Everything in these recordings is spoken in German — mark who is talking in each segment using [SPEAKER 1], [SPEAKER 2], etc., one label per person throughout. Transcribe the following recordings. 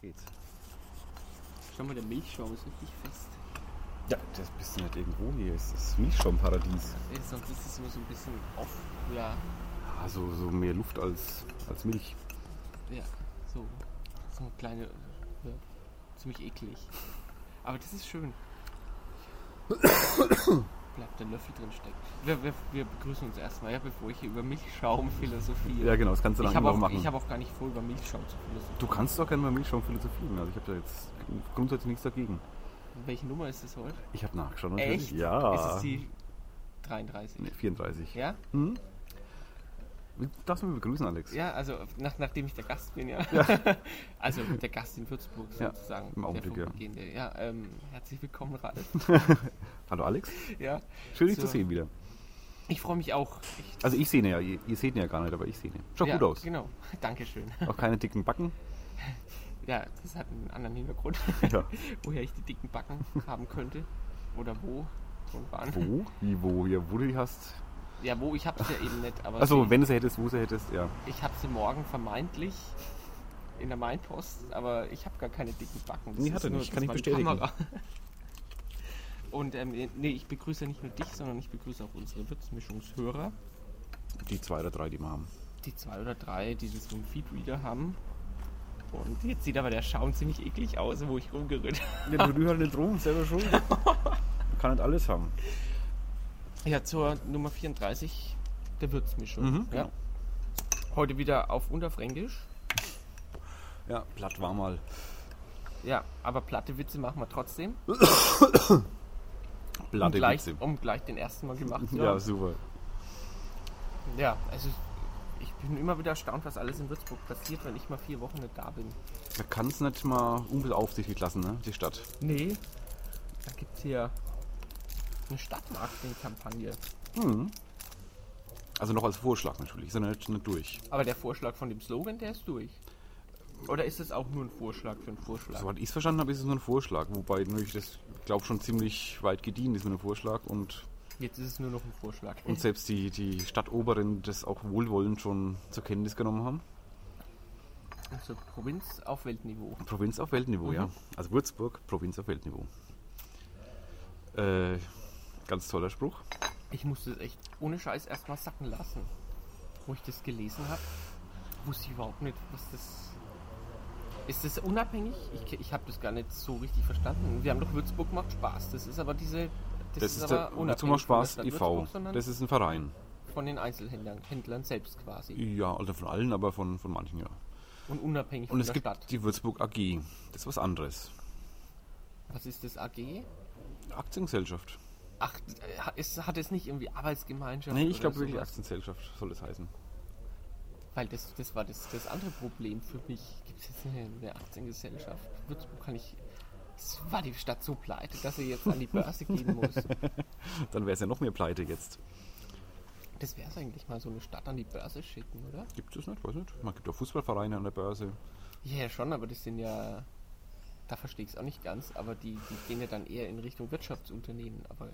[SPEAKER 1] geht's.
[SPEAKER 2] Schau mal, der Milchschaum ist richtig fest.
[SPEAKER 1] Ja, das bist du nicht irgendwo hier. Es ist Milchschaumparadies.
[SPEAKER 2] Ey, sonst ist es immer so ein bisschen off. Ja,
[SPEAKER 1] Ah, so, so mehr Luft als, als Milch.
[SPEAKER 2] ja. So, so kleine. Ja, ziemlich eklig. Aber das ist schön. Bleibt der Löffel drin stecken. Wir, wir, wir begrüßen uns erstmal, ja, bevor ich hier über Milchschaum philosophiere.
[SPEAKER 1] Ja, genau, das kannst du
[SPEAKER 2] ich
[SPEAKER 1] nachher
[SPEAKER 2] habe
[SPEAKER 1] noch
[SPEAKER 2] auch,
[SPEAKER 1] machen.
[SPEAKER 2] ich habe auch gar nicht vor, über Milchschaum zu philosophieren.
[SPEAKER 1] du kannst doch gerne mal Milchschaum philosophieren. Also ich habe da jetzt grundsätzlich nichts dagegen.
[SPEAKER 2] Welche Nummer ist es heute?
[SPEAKER 1] Ich habe nachgeschaut natürlich.
[SPEAKER 2] Echt?
[SPEAKER 1] Ja.
[SPEAKER 2] Ist es die 33?
[SPEAKER 1] Nee, 34.
[SPEAKER 2] Ja?
[SPEAKER 1] Hm? Darfst du mich begrüßen, Alex?
[SPEAKER 2] Ja, also nach, nachdem ich der Gast bin, ja. also der Gast in Würzburg
[SPEAKER 1] Ja,
[SPEAKER 2] sozusagen.
[SPEAKER 1] im Augenblick, ja.
[SPEAKER 2] der vorübergehende. ja. ähm, herzlich willkommen, Radl.
[SPEAKER 1] Hallo Alex,
[SPEAKER 2] ja.
[SPEAKER 1] schön dich
[SPEAKER 2] So.
[SPEAKER 1] zu sehen wieder.
[SPEAKER 2] Ich freue mich auch. Ich,
[SPEAKER 1] Also ich sehe ihn ja, ihr, ihr seht ihn ja gar nicht, aber ich sehe ihn. ja. Schaut
[SPEAKER 2] ja,
[SPEAKER 1] gut aus.
[SPEAKER 2] Genau, Dankeschön.
[SPEAKER 1] Auch keine dicken Backen.
[SPEAKER 2] Ja, das hat einen anderen Hintergrund,
[SPEAKER 1] Ja.
[SPEAKER 2] woher ich die dicken Backen haben könnte. Oder wo und wann.
[SPEAKER 1] Wo? Wie wo? Ja, wo du die hast.
[SPEAKER 2] Ja, wo, ich habe es ja eben nicht. Aber
[SPEAKER 1] Achso,
[SPEAKER 2] sie-
[SPEAKER 1] wenn du sie hättest, wo du sie hättest, ja.
[SPEAKER 2] ich habe sie morgen vermeintlich in der Mainpost, aber ich habe gar keine dicken Backen.
[SPEAKER 1] Nee, hat er nicht. Kann ich
[SPEAKER 2] meine
[SPEAKER 1] bestätigen.
[SPEAKER 2] Kamera. Und ähm, nee, ich begrüße nicht nur dich, sondern ich begrüße auch unsere Würzmischungshörer.
[SPEAKER 1] Die zwei oder drei, die wir haben.
[SPEAKER 2] Die zwei oder drei, die so einen Feedreader haben. Und jetzt sieht aber der Schaum ziemlich eklig aus, wo ich rumgerührt habe.
[SPEAKER 1] Ja, du rührst nicht rum, selber schon. Man kann nicht alles haben.
[SPEAKER 2] Ja, zur Nummer 34 der Würzmischung.
[SPEAKER 1] Mhm,
[SPEAKER 2] ja.
[SPEAKER 1] genau.
[SPEAKER 2] Heute wieder auf Unterfränkisch.
[SPEAKER 1] Ja, platt war mal.
[SPEAKER 2] Ja, aber platte Witze machen wir trotzdem. um,
[SPEAKER 1] Platte
[SPEAKER 2] gleich,
[SPEAKER 1] Witze.
[SPEAKER 2] um gleich den ersten Mal gemacht zu
[SPEAKER 1] Ja,
[SPEAKER 2] haben.
[SPEAKER 1] super.
[SPEAKER 2] Ja, also ich bin immer wieder erstaunt, was alles in Würzburg passiert, wenn ich mal vier Wochen nicht da bin.
[SPEAKER 1] Da kannst du nicht mal unbeaufsichtigt lassen, ne? Die Stadt.
[SPEAKER 2] Nee. Da gibt es hier eine Stadtmarketing-Kampagne.
[SPEAKER 1] Also noch als Vorschlag natürlich, ist ja nicht, nicht durch.
[SPEAKER 2] Aber der Vorschlag von dem Slogan, der ist durch. Oder ist es auch nur ein Vorschlag für einen Vorschlag?
[SPEAKER 1] Soweit ich es verstanden habe, ist es nur ein Vorschlag. Wobei natürlich das, glaube schon ziemlich weit gediehen ist mit einem Vorschlag und,
[SPEAKER 2] Jetzt ist es nur noch ein Vorschlag.
[SPEAKER 1] und selbst die, die Stadtoberin das auch wohlwollend schon zur Kenntnis genommen haben.
[SPEAKER 2] Unsere Also Provinz auf Weltniveau.
[SPEAKER 1] Provinz auf Weltniveau, ja.
[SPEAKER 2] Mhm.
[SPEAKER 1] Also Würzburg, Provinz auf Weltniveau. Äh, ganz toller Spruch.
[SPEAKER 2] Ich musste es echt ohne Scheiß erstmal sacken lassen. Wo ich das gelesen habe, wusste ich überhaupt nicht, was das. Ist das unabhängig? Ich, ich habe das gar nicht so richtig verstanden. Wir haben doch Würzburg macht Spaß. Das ist aber diese.
[SPEAKER 1] Das, ist, der Wozu macht
[SPEAKER 2] von der
[SPEAKER 1] Spaß
[SPEAKER 2] Stadt
[SPEAKER 1] e.V.
[SPEAKER 2] Würzburg, sondern
[SPEAKER 1] Das ist ein Verein.
[SPEAKER 2] von den Einzelhändlern Händlern selbst quasi.
[SPEAKER 1] Ja, also von allen, aber von, von manchen, ja.
[SPEAKER 2] Und unabhängig
[SPEAKER 1] Und
[SPEAKER 2] von
[SPEAKER 1] es
[SPEAKER 2] der
[SPEAKER 1] gibt
[SPEAKER 2] Stadt.
[SPEAKER 1] die Würzburg AG. Das ist was anderes.
[SPEAKER 2] Was ist das AG?
[SPEAKER 1] Aktiengesellschaft.
[SPEAKER 2] Ach, ist, hat es nicht irgendwie Arbeitsgemeinschaft?
[SPEAKER 1] Nee, ich
[SPEAKER 2] oder
[SPEAKER 1] glaube wirklich
[SPEAKER 2] sowas?
[SPEAKER 1] Aktiengesellschaft soll es heißen.
[SPEAKER 2] Weil das, das war das, das andere Problem für mich. Gibt es jetzt eine, eine Aktiengesellschaft? Würzburg kann ich. Es war die Stadt so pleite, dass sie jetzt an die Börse gehen muss.
[SPEAKER 1] Dann wäre es ja noch mehr pleite jetzt.
[SPEAKER 2] Das wäre es eigentlich mal, so eine Stadt an die Börse schicken, oder?
[SPEAKER 1] Gibt es nicht, weiß nicht. Man gibt auch Fußballvereine an der Börse.
[SPEAKER 2] Ja, ja, schon, aber das sind ja. Da verstehe ich es auch nicht ganz, aber die, die gehen ja dann eher in Richtung Wirtschaftsunternehmen. Aber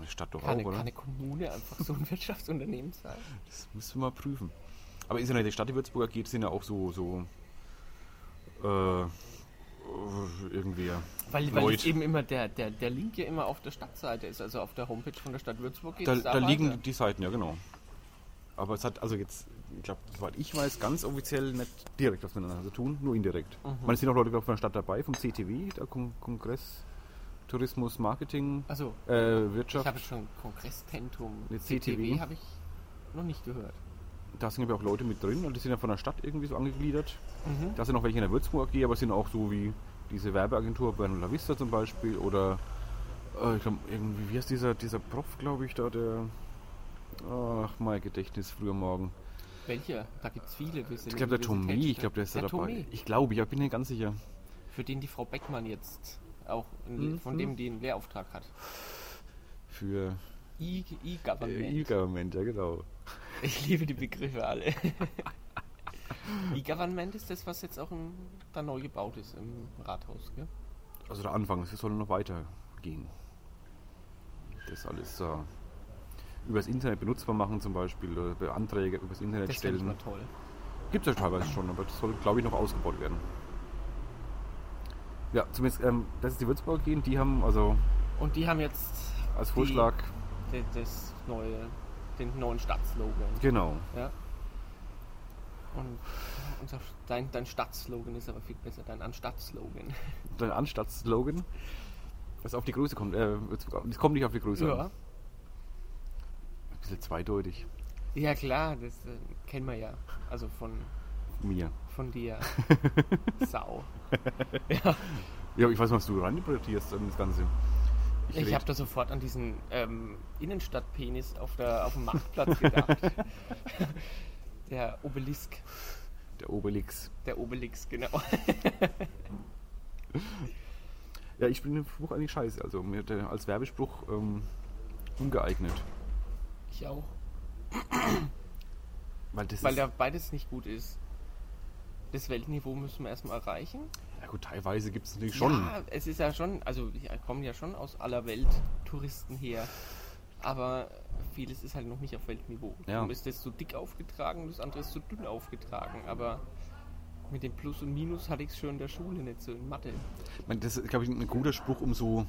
[SPEAKER 1] Die Stadt doch
[SPEAKER 2] kann,
[SPEAKER 1] auch,
[SPEAKER 2] eine,
[SPEAKER 1] oder?
[SPEAKER 2] kann eine Kommune einfach so ein Wirtschaftsunternehmen sein?
[SPEAKER 1] Das müssen wir mal prüfen. Aber ist ja nicht die Stadt, die Würzburger geht, sind ja auch so, so äh, irgendwie.
[SPEAKER 2] Weil, weil es
[SPEAKER 1] Leute.
[SPEAKER 2] eben immer der, der, der Link ja immer auf der Stadtseite ist, also auf der Homepage von der Stadt Würzburg geht
[SPEAKER 1] Da,
[SPEAKER 2] es
[SPEAKER 1] da liegen
[SPEAKER 2] weiter.
[SPEAKER 1] die Seiten, ja genau. Aber es hat also jetzt, ich glaube, soweit ich weiß, ganz offiziell nicht direkt was miteinander zu tun, nur indirekt.
[SPEAKER 2] Mhm.
[SPEAKER 1] Man sind auch Leute glaub, von der Stadt dabei, vom CTW, der Kon Kongress Tourismus Marketing
[SPEAKER 2] Also,
[SPEAKER 1] äh,
[SPEAKER 2] Ich habe
[SPEAKER 1] Wirtschaft.
[SPEAKER 2] schon Kongresszentrum.
[SPEAKER 1] Mit
[SPEAKER 2] CTW
[SPEAKER 1] CTW?
[SPEAKER 2] habe ich noch nicht gehört.
[SPEAKER 1] Da sind glaube ich auch Leute mit drin, also die sind ja von der Stadt irgendwie so angegliedert. Da sind auch welche in der Würzburg AG, aber es sind auch so wie diese Werbeagentur Bern La Vista zum Beispiel oder äh, ich glaube irgendwie, wie heißt dieser, dieser Prof, glaube ich, da, der Ach, mein Gedächtnis früher morgen.
[SPEAKER 2] Welcher? Da gibt es viele. Wir sind
[SPEAKER 1] Ich glaube, der Tomé, ich glaube, der ist da
[SPEAKER 2] der
[SPEAKER 1] dabei.
[SPEAKER 2] Tomé,
[SPEAKER 1] Ich glaube, ich bin nicht ganz sicher.
[SPEAKER 2] für den die Frau Beckmann jetzt auch, in,
[SPEAKER 1] Mhm.
[SPEAKER 2] von dem die einen Lehrauftrag hat.
[SPEAKER 1] Für
[SPEAKER 2] E-
[SPEAKER 1] äh,
[SPEAKER 2] E-Government.
[SPEAKER 1] E-Government, ja genau.
[SPEAKER 2] ich liebe die Begriffe alle. E-Government ist das, was jetzt auch im, da neu gebaut ist im Rathaus. Gell?
[SPEAKER 1] Also der Anfang, es soll noch weitergehen. Das alles äh, übers Internet benutzbar machen zum Beispiel, oder Anträge übers Internet
[SPEAKER 2] Das finde ich
[SPEAKER 1] stellen.
[SPEAKER 2] mal toll.
[SPEAKER 1] Gibt es ja teilweise schon, aber das soll, glaube ich, noch ausgebaut werden. Ja, zumindest, ähm, das ist die Würzburg gehen, die haben also
[SPEAKER 2] Und die haben jetzt
[SPEAKER 1] als
[SPEAKER 2] Die-
[SPEAKER 1] Vorschlag,
[SPEAKER 2] de- das neue, den neuen Stadtslogan.
[SPEAKER 1] genau.
[SPEAKER 2] Ja. Und unser, dein, dein Stadtslogan ist aber viel besser, dein Anstadtslogan.
[SPEAKER 1] Dein Anstatt-Slogan, das auf die Größe kommt. Äh, Würzburg- das kommt nicht auf die Größe. an. Ein bisschen zweideutig.
[SPEAKER 2] ja klar, das äh, kennen wir ja. Also von,
[SPEAKER 1] Mir.
[SPEAKER 2] von dir. Sau.
[SPEAKER 1] Ja, aber ich weiß nicht, was du reininterpretierst an das Ganze.
[SPEAKER 2] Ich
[SPEAKER 1] red-
[SPEAKER 2] habe da sofort an diesen ähm, Innenstadtpenis auf, der, auf dem Marktplatz gedacht. der Obelisk.
[SPEAKER 1] Der Obelix.
[SPEAKER 2] Der Obelix, genau.
[SPEAKER 1] Ja, ich bin den Spruch eigentlich scheiße. Also mir hat der als Werbespruch ähm, ungeeignet.
[SPEAKER 2] Ich auch.
[SPEAKER 1] Weil das
[SPEAKER 2] Weil
[SPEAKER 1] ist,
[SPEAKER 2] da beides nicht gut ist. Das Weltniveau müssen wir erstmal erreichen.
[SPEAKER 1] ja gut, teilweise gibt es natürlich schon.
[SPEAKER 2] Ja, es ist ja schon, also hier kommen ja schon aus aller Welt Touristen her. Aber vieles ist halt noch nicht auf Weltniveau.
[SPEAKER 1] Ja.
[SPEAKER 2] Darum ist das so dick aufgetragen, das andere ist so dünn aufgetragen. Aber mit dem Plus und Minus hatte ich es schon in der Schule nicht so in Mathe.
[SPEAKER 1] Ich meine, das ist, glaube ich, ein guter Spruch, um so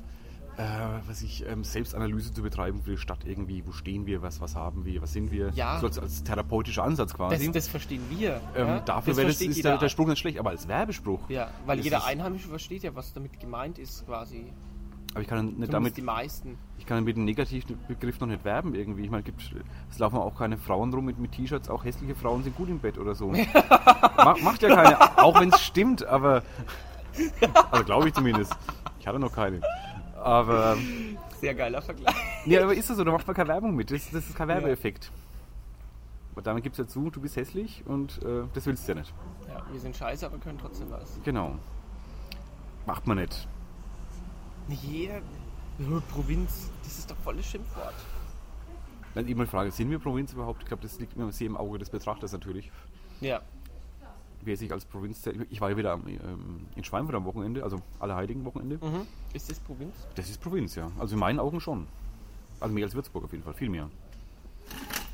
[SPEAKER 1] äh, was ich, ähm, Selbstanalyse zu betreiben für die Stadt irgendwie. Wo stehen wir, was, was haben wir, was sind wir?
[SPEAKER 2] Ja.
[SPEAKER 1] So als, als therapeutischer Ansatz quasi.
[SPEAKER 2] Das, das verstehen wir.
[SPEAKER 1] ähm,
[SPEAKER 2] ja?
[SPEAKER 1] Dafür
[SPEAKER 2] das
[SPEAKER 1] wäre das,
[SPEAKER 2] versteht
[SPEAKER 1] ist
[SPEAKER 2] jeder
[SPEAKER 1] der, der
[SPEAKER 2] Ein-
[SPEAKER 1] Spruch nicht schlecht, aber als Werbespruch.
[SPEAKER 2] Ja, weil
[SPEAKER 1] Das
[SPEAKER 2] jeder
[SPEAKER 1] ist-
[SPEAKER 2] Einheimische versteht ja, was damit gemeint ist quasi.
[SPEAKER 1] Aber ich kann nicht
[SPEAKER 2] Zumindest
[SPEAKER 1] damit
[SPEAKER 2] die meisten.
[SPEAKER 1] Ich kann mit dem negativen Begriff noch nicht werben irgendwie. Ich meine, gibt, es laufen auch keine Frauen rum mit, mit T-Shirts, auch hässliche Frauen sind gut im Bett oder so. Ma, macht ja keine, auch wenn es stimmt, aber. Also glaube ich zumindest. Ich hatte noch keine. Aber.
[SPEAKER 2] Sehr geiler Vergleich.
[SPEAKER 1] Nee, aber ist das so, da macht man keine Werbung mit. Das, das ist kein Werbeeffekt. Aber damit gibst du ja zu, du bist hässlich und äh, das willst du ja nicht.
[SPEAKER 2] Ja, wir sind scheiße, aber können trotzdem was.
[SPEAKER 1] Genau. Macht man nicht.
[SPEAKER 2] Nicht jeder. Nö, Provinz, das ist doch volles Schimpfwort.
[SPEAKER 1] Dann immer die Frage, sind wir Provinz überhaupt? Ich glaube, das liegt mir sehr im Auge des Betrachters natürlich.
[SPEAKER 2] Ja,
[SPEAKER 1] wer sich als Provinz. Ich war ja wieder am, ähm, in Schweinfurt am Wochenende, also Allerheiligen Wochenende.
[SPEAKER 2] mhm. ist das Provinz?
[SPEAKER 1] Das ist Provinz, ja. Also in meinen Augen schon. Also mehr als Würzburg auf jeden Fall, viel mehr.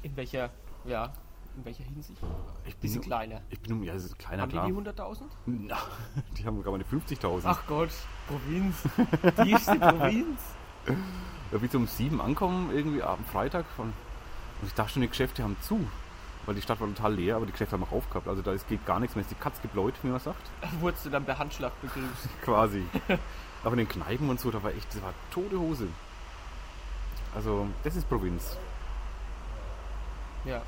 [SPEAKER 2] In welcher, ja, in welcher Hinsicht?
[SPEAKER 1] Ich bin,
[SPEAKER 2] Bisschen kleiner.
[SPEAKER 1] Ich bin um, ja, das ist kleiner,
[SPEAKER 2] Haben
[SPEAKER 1] klar.
[SPEAKER 2] die die 100.000?
[SPEAKER 1] Na, die haben gerade mal eine 50.000.
[SPEAKER 2] Ach Gott, Provinz. Die ist die Provinz.
[SPEAKER 1] Irgendwie zum 7 um ankommen, irgendwie am Freitag. Von, und ich dachte schon, die Geschäfte haben zu. Weil die Stadt war total leer, aber die Geschäfte haben auch aufgehabt. Also da ist, geht gar nichts mehr. Ist die Katz gebläut, wie man sagt.
[SPEAKER 2] Wurdest du dann per Handschlag begrüßt?
[SPEAKER 1] Quasi. aber in den Kneipen und so, da war echt, das war tote Hose. Also, das ist Provinz.
[SPEAKER 2] Ja.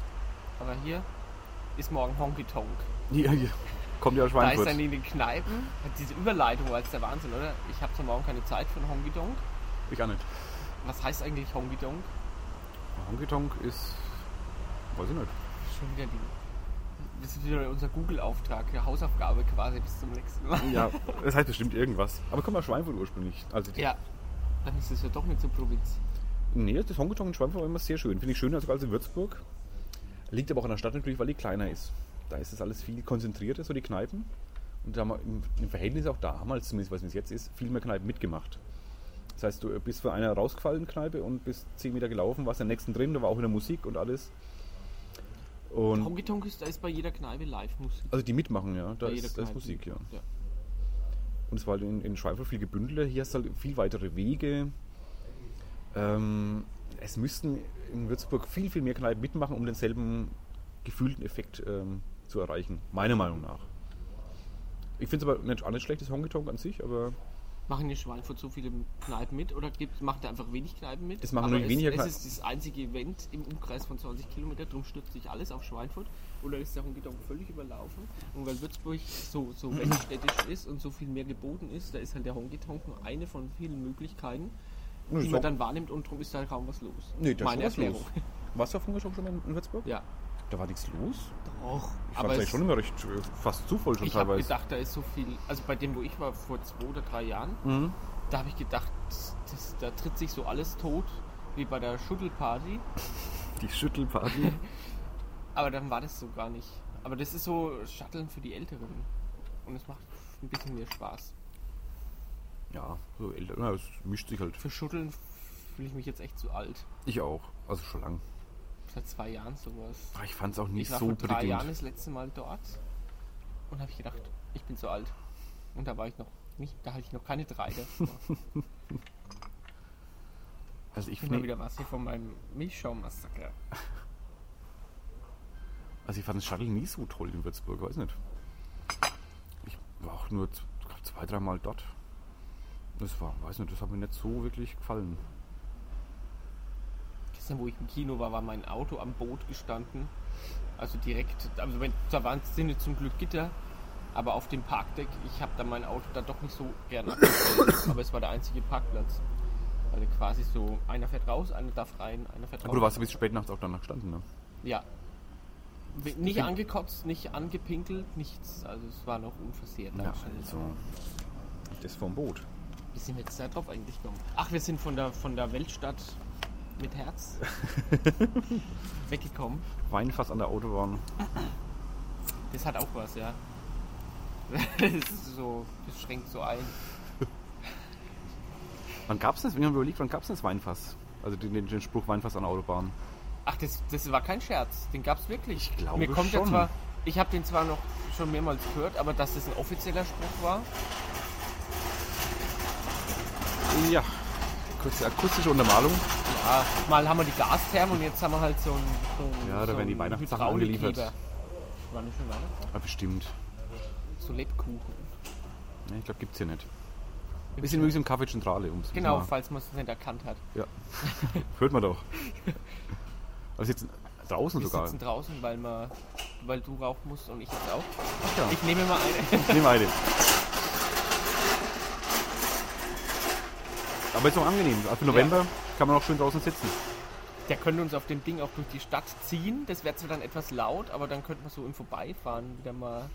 [SPEAKER 2] Aber hier ist morgen Honky Tonk.
[SPEAKER 1] Ja, ja. Kommt ja aus
[SPEAKER 2] Da ist
[SPEAKER 1] Schweinfurt.
[SPEAKER 2] dann in den Kneipen. Diese Überleitung war jetzt der Wahnsinn, oder? Ich habe zwar morgen keine Zeit für einen Honky Tonk.
[SPEAKER 1] Ich auch nicht.
[SPEAKER 2] Was heißt eigentlich Honky Tonk?
[SPEAKER 1] Honky Tonk ist. Weiß ich nicht.
[SPEAKER 2] Schon wieder die. Das ist wieder unser Google-Auftrag, die Hausaufgabe quasi bis zum nächsten Mal.
[SPEAKER 1] Ja, das heißt bestimmt irgendwas. Aber kommt aus Schweinfurt ursprünglich. Also die,
[SPEAKER 2] Ja. Dann ist es ja doch nicht so Provinz.
[SPEAKER 1] Nee, das Honky Tonk in Schweinfurt war immer sehr schön. Finde ich schöner sogar als in Würzburg. Liegt aber auch an der Stadt natürlich, weil die kleiner ist. Da ist das alles viel konzentrierter, so die Kneipen. Und da haben wir im, im Verhältnis auch damals, zumindest was es jetzt ist, viel mehr Kneipen mitgemacht. Das heißt, du bist von einer rausgefallenen Kneipe und bist 10 Meter gelaufen, warst in der nächsten drin, da war auch wieder Musik und alles. Und
[SPEAKER 2] Honky Tonk ist, da ist bei jeder Kneipe Live-Musik.
[SPEAKER 1] Also die mitmachen, ja. Da
[SPEAKER 2] Bei
[SPEAKER 1] ist, da ist
[SPEAKER 2] Kneipe.
[SPEAKER 1] Musik, ja.
[SPEAKER 2] ja.
[SPEAKER 1] Und es war halt in, in Schweinfurt viel gebündelter. Hier hast du halt viel weitere Wege. Ähm, es müssten in Würzburg viel, viel mehr Kneipen mitmachen, um denselben gefühlten Effekt ähm, zu erreichen. Meiner Meinung nach. Ich finde es aber nicht, auch nicht schlecht, das Honky Tonk an sich, aber
[SPEAKER 2] Machen in Schweinfurt so viele Kneipen mit oder gibt, macht da einfach wenig Kneipen mit?
[SPEAKER 1] Es machen
[SPEAKER 2] Aber
[SPEAKER 1] nur weniger
[SPEAKER 2] es,
[SPEAKER 1] Kneipen.
[SPEAKER 2] es ist das einzige Event im Umkreis von 20 Kilometern, drum stürzt sich alles auf Schweinfurt. Oder ist der Honky Tonk völlig überlaufen? Und weil Würzburg so, so weltstädtisch ist und so viel mehr geboten ist, da ist halt der Honky Tonk nur eine von vielen Möglichkeiten,
[SPEAKER 1] Nö,
[SPEAKER 2] die
[SPEAKER 1] ist
[SPEAKER 2] man
[SPEAKER 1] auch-
[SPEAKER 2] dann wahrnimmt und drum ist da kaum was los.
[SPEAKER 1] nee, da
[SPEAKER 2] Meine
[SPEAKER 1] ist schon was
[SPEAKER 2] Erklärung.
[SPEAKER 1] los. Warst du auf Honky Tonk schon mal in Würzburg?
[SPEAKER 2] Ja,
[SPEAKER 1] Da war nichts los.
[SPEAKER 2] doch.
[SPEAKER 1] Ich fand
[SPEAKER 2] Aber
[SPEAKER 1] es
[SPEAKER 2] es,
[SPEAKER 1] eigentlich schon immer recht, äh, fast zu voll schon
[SPEAKER 2] ich habe
[SPEAKER 1] teilweise.
[SPEAKER 2] gedacht, da ist so viel. Also bei dem, wo ich war vor zwei oder drei Jahren,
[SPEAKER 1] Mhm.
[SPEAKER 2] Da habe ich gedacht, das, da tritt sich so alles tot, wie bei der Schüttelparty.
[SPEAKER 1] Die Schüttelparty.
[SPEAKER 2] Aber dann war das so gar nicht. Aber das ist so Shuttle für die Älteren. Und es macht ein bisschen mehr Spaß.
[SPEAKER 1] ja, so älter. Na, es mischt sich halt.
[SPEAKER 2] Für Schütteln fühle ich mich jetzt echt zu alt.
[SPEAKER 1] Ich auch. Also schon lang.
[SPEAKER 2] Seit zwei Jahren sowas.
[SPEAKER 1] Ach, Ich fand es auch nicht
[SPEAKER 2] ich war
[SPEAKER 1] so
[SPEAKER 2] vor drei Jahren
[SPEAKER 1] prickelnd.
[SPEAKER 2] das letzte Mal dort und habe ich gedacht, ich bin zu alt. Und da war ich noch nicht, da halte ich noch keine drei. Das
[SPEAKER 1] Also ich
[SPEAKER 2] ich mal
[SPEAKER 1] finde,
[SPEAKER 2] wieder was hier von meinem Milchschaummassaker.
[SPEAKER 1] also ich fand das Shuttle nie so toll in Würzburg, weiß nicht. Ich war auch nur z- glaub, zwei, dreimal dort. Das war, weiß nicht, das hat mir nicht so wirklich gefallen.
[SPEAKER 2] Gestern, wo ich im Kino war, war mein Auto am Boot gestanden. Also direkt, also wenn, da waren Sinne zum Glück Gitter, aber auf dem Parkdeck, ich habe da mein Auto da doch nicht so gerne abgestellt. aber es war der einzige Parkplatz. Also quasi so, einer fährt raus, einer darf rein, einer fährt raus.
[SPEAKER 1] Aber du warst ja bis spät nachts auch danach gestanden, ne?
[SPEAKER 2] Ja. W- Nicht angekotzt, nicht angepinkelt, nichts. Also es war noch unversehrt. anscheinend.
[SPEAKER 1] also Das vom Boot.
[SPEAKER 2] Wie sind wir jetzt da drauf eigentlich gekommen? Ach, wir sind von der, von der Weltstadt mit Herz weggekommen.
[SPEAKER 1] Weinfass an der Autobahn.
[SPEAKER 2] Das hat auch was, ja. Das ist so, das schränkt so ein.
[SPEAKER 1] Wann gab's das? Wir haben überlegt, wann gab's das Weinfass? Also den, den, den Spruch Weinfass an der Autobahn.
[SPEAKER 2] Ach, das, das war kein Scherz. Den gab's wirklich.
[SPEAKER 1] Ich glaube
[SPEAKER 2] Mir kommt
[SPEAKER 1] schon.
[SPEAKER 2] Ja zwar, ich habe den zwar noch schon mehrmals gehört, aber dass das ein offizieller Spruch war,
[SPEAKER 1] Ja. Kurze akustische Untermalung.
[SPEAKER 2] ja, Ah, mal haben wir die Gastherme und jetzt haben wir halt so ein. So ein-
[SPEAKER 1] Ja, da
[SPEAKER 2] so
[SPEAKER 1] werden die
[SPEAKER 2] ein
[SPEAKER 1] Weihnachtssachen
[SPEAKER 2] Hydraulikheber.
[SPEAKER 1] angeliefert.
[SPEAKER 2] War nicht schon Weihnachten?
[SPEAKER 1] Ja, bestimmt.
[SPEAKER 2] So Lebkuchen.
[SPEAKER 1] Ne, ich glaube, gibt's hier nicht. Wir sind übrigens im Café Zentrale. Um's
[SPEAKER 2] Genau,
[SPEAKER 1] mal-
[SPEAKER 2] falls man es nicht erkannt hat.
[SPEAKER 1] Ja. Hört man doch. Also jetzt draußen
[SPEAKER 2] Wir
[SPEAKER 1] sogar.
[SPEAKER 2] sitzen draußen, weil, wir, weil du rauchen musst und ich jetzt auch.
[SPEAKER 1] Ach ja.
[SPEAKER 2] Ich nehme mal eine.
[SPEAKER 1] Nehmen wir eine. Aber ist auch angenehm. Also für November kann man auch schön draußen sitzen.
[SPEAKER 2] Der könnte uns auf dem Ding auch durch die Stadt ziehen. Das wäre zwar dann etwas laut, aber dann könnten wir so im Vorbeifahren wieder mal.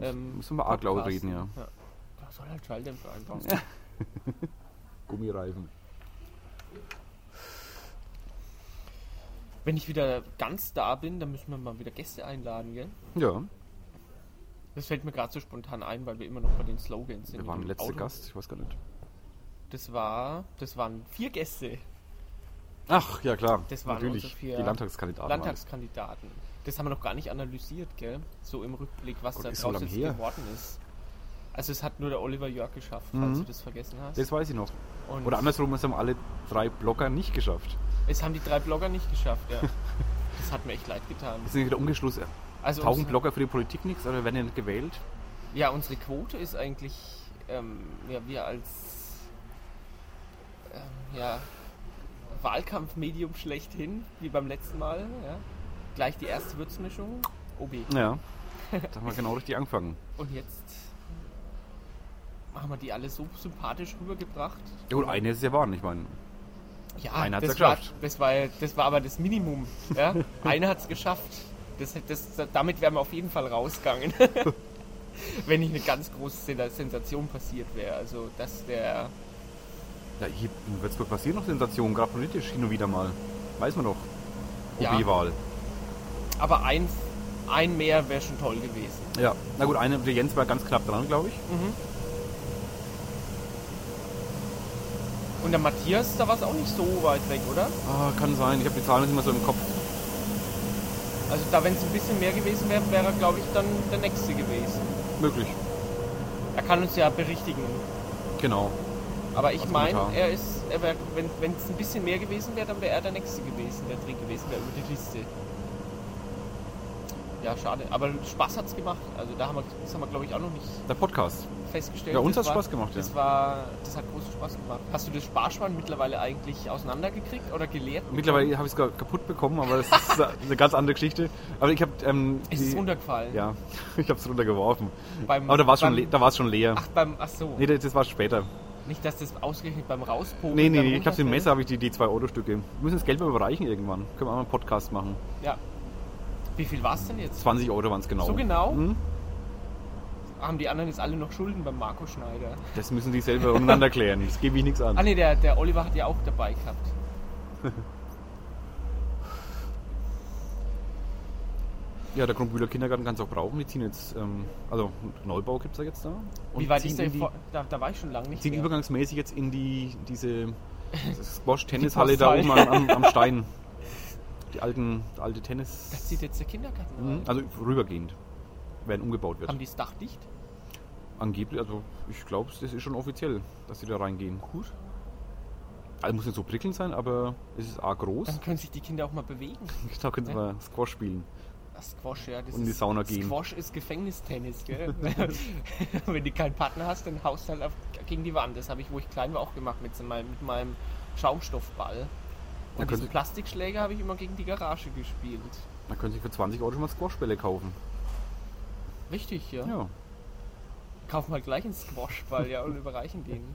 [SPEAKER 2] Ähm,
[SPEAKER 1] Müssen wir arg laut reden, ja.
[SPEAKER 2] podcasten. Da soll halt Schalldämpfer einbauen.
[SPEAKER 1] Gummireifen.
[SPEAKER 2] Wenn ich wieder ganz da bin, dann müssen wir mal wieder Gäste einladen, gell?
[SPEAKER 1] Ja,
[SPEAKER 2] Das fällt mir gerade so spontan ein, weil wir immer noch bei den Slogans sind.
[SPEAKER 1] wir
[SPEAKER 2] mit
[SPEAKER 1] waren
[SPEAKER 2] dem
[SPEAKER 1] der letzte
[SPEAKER 2] Auto.
[SPEAKER 1] Gast. Ich weiß gar nicht.
[SPEAKER 2] Das war. Das waren vier Gäste.
[SPEAKER 1] Ach, ja klar.
[SPEAKER 2] Das waren
[SPEAKER 1] Natürlich,
[SPEAKER 2] unsere vier
[SPEAKER 1] die Landtagskandidaten. waren
[SPEAKER 2] Landtagskandidaten. Das haben wir noch gar nicht analysiert, gell? So im Rückblick, was
[SPEAKER 1] Gott,
[SPEAKER 2] da
[SPEAKER 1] ist so
[SPEAKER 2] draus
[SPEAKER 1] lang
[SPEAKER 2] jetzt
[SPEAKER 1] her.
[SPEAKER 2] geworden ist. Also es hat nur der Oliver Jörg geschafft,
[SPEAKER 1] Mhm.
[SPEAKER 2] falls du das vergessen
[SPEAKER 1] es.
[SPEAKER 2] hast.
[SPEAKER 1] Das weiß ich noch.
[SPEAKER 2] Und
[SPEAKER 1] Oder andersrum, es haben alle drei Blocker nicht geschafft.
[SPEAKER 2] Es haben die drei Blogger nicht geschafft, ja. Das hat mir echt leid getan.
[SPEAKER 1] Jetzt sind wieder umgeschluss.
[SPEAKER 2] Also
[SPEAKER 1] Tauchen
[SPEAKER 2] unsere-
[SPEAKER 1] Blocker für die Politik nichts, aber werden ja nicht gewählt.
[SPEAKER 2] Ja, unsere Quote ist eigentlich, ähm, ja, wir als ähm, ja, Wahlkampfmedium schlechthin, wie beim letzten Mal, ja. Gleich die erste Würzmischung, OB.
[SPEAKER 1] Ja. Da haben wir genau richtig angefangen.
[SPEAKER 2] Und jetzt haben wir die alle so sympathisch rübergebracht.
[SPEAKER 1] Ja gut, eine ist es ja wahr, ich meine.
[SPEAKER 2] Ja,
[SPEAKER 1] Einer hat's
[SPEAKER 2] das,
[SPEAKER 1] ja
[SPEAKER 2] war,
[SPEAKER 1] geschafft.
[SPEAKER 2] das, war, das war aber das Minimum. Ja? Einer hat es geschafft. Das, das, damit wären wir auf jeden Fall rausgegangen. Wenn nicht eine ganz große Sen- Sensation passiert wäre. Also, dass der.
[SPEAKER 1] Ja, hier in Würzburg passieren noch Sensationen, gerade politisch hin und wieder mal. Weiß man doch. Oh,
[SPEAKER 2] Ja.
[SPEAKER 1] OB-Wahl.
[SPEAKER 2] Aber ein, ein mehr wäre schon toll gewesen.
[SPEAKER 1] Ja. Na gut, eine, der Jens war ganz knapp dran, glaube ich.
[SPEAKER 2] Und der Matthias, da war es auch nicht so weit weg, oder?
[SPEAKER 1] Ah, kann sein. Ich habe die Zahlen nicht immer so im Kopf.
[SPEAKER 2] Also, da, wenn es ein bisschen mehr gewesen wäre, wäre er, glaube ich, dann der Nächste gewesen.
[SPEAKER 1] Möglich.
[SPEAKER 2] Er kann uns ja berichtigen.
[SPEAKER 1] Genau.
[SPEAKER 2] Aber ich
[SPEAKER 1] Als
[SPEAKER 2] meine,
[SPEAKER 1] Kommentar.
[SPEAKER 2] er ist, er wär, wenn es ein bisschen mehr gewesen wäre, dann wäre er der Nächste gewesen, der drin gewesen wäre über die Liste. Ja, schade. Aber Spaß hat's gemacht. Also da haben wir, das haben wir glaube ich auch noch nicht
[SPEAKER 1] Der Podcast.
[SPEAKER 2] festgestellt.
[SPEAKER 1] Ja, uns
[SPEAKER 2] Das
[SPEAKER 1] hat's
[SPEAKER 2] war-
[SPEAKER 1] Spaß gemacht, ja.
[SPEAKER 2] Das war, das hat großen Spaß gemacht. Hast du das Sparschwein mittlerweile eigentlich auseinandergekriegt oder gelehrt?
[SPEAKER 1] Mittlerweile habe ich es kaputt bekommen, aber das ist eine ganz andere Geschichte. Aber ich habe... Ähm,
[SPEAKER 2] ist
[SPEAKER 1] die-
[SPEAKER 2] es runtergefallen.
[SPEAKER 1] Ja, ich habe es runtergeworfen.
[SPEAKER 2] Beim,
[SPEAKER 1] Aber da war es schon,
[SPEAKER 2] beim-
[SPEAKER 1] le- da war's schon leer.
[SPEAKER 2] Ach, beim, ach so.
[SPEAKER 1] Nee, das, das war später.
[SPEAKER 2] Nicht, dass das ausgerechnet beim Rauspolen.
[SPEAKER 1] Nee, nee,
[SPEAKER 2] dann
[SPEAKER 1] nee. Ich hab's im
[SPEAKER 2] runterfällt.
[SPEAKER 1] Messer, habe ich die, die zwei Euro-Stücke. Wir müssen das Geld mal überreichen irgendwann. Können wir auch mal einen Podcast machen.
[SPEAKER 2] Ja. Wie viel war's denn jetzt?
[SPEAKER 1] 20 Euro waren es genau.
[SPEAKER 2] So genau?
[SPEAKER 1] Mhm.
[SPEAKER 2] Haben die anderen jetzt alle noch Schulden beim Marco Schneider?
[SPEAKER 1] Das müssen die selber untereinander klären. Das gebe ich nichts
[SPEAKER 2] Ah
[SPEAKER 1] an.
[SPEAKER 2] ne, der, der Oliver hat ja auch dabei gehabt.
[SPEAKER 1] Ja, der Grundbühler Kindergarten kann es auch brauchen. Die ziehen jetzt, ähm, also Neubau gibt es da jetzt da.
[SPEAKER 2] Wie weit
[SPEAKER 1] ziehen
[SPEAKER 2] ist der?
[SPEAKER 1] in die-
[SPEAKER 2] vor- Da, da war ich schon lange nicht
[SPEAKER 1] Ziehen
[SPEAKER 2] mehr.
[SPEAKER 1] übergangsmäßig jetzt in die diese Squash-Tennishalle
[SPEAKER 2] Die
[SPEAKER 1] da oben
[SPEAKER 2] Posthalle.
[SPEAKER 1] am, am, am Stein. Die alten, die alte Tennis.
[SPEAKER 2] Da zieht jetzt der Kindergarten
[SPEAKER 1] Mhm,
[SPEAKER 2] rein.
[SPEAKER 1] also rübergehend, wenn umgebaut wird.
[SPEAKER 2] Haben die das Dach dicht?
[SPEAKER 1] Angeblich, also ich glaube, das ist schon offiziell, dass sie da reingehen.
[SPEAKER 2] Gut.
[SPEAKER 1] Also muss nicht so prickelnd sein, aber es ist A groß.
[SPEAKER 2] Dann können sich die Kinder auch mal bewegen.
[SPEAKER 1] Da können sie mal Squash spielen.
[SPEAKER 2] Ach, Squash, ja. Das
[SPEAKER 1] Und in die Sauna gehen.
[SPEAKER 2] Squash ist Gefängnistennis, gell? Wenn du keinen Partner hast, dann haust du halt auf, gegen die Wand. Das habe ich, wo ich klein war, auch gemacht mit, so meinem, mit meinem Schaumstoffball.
[SPEAKER 1] Dann
[SPEAKER 2] Und diesen
[SPEAKER 1] können,
[SPEAKER 2] Plastikschläger habe ich immer gegen die Garage gespielt.
[SPEAKER 1] Sie- dann können sie für 20 Euro schon mal Squashbälle kaufen.
[SPEAKER 2] Richtig, ja.
[SPEAKER 1] Ja.
[SPEAKER 2] Kauf mal gleich einen Squashball, ja, und überreichen den.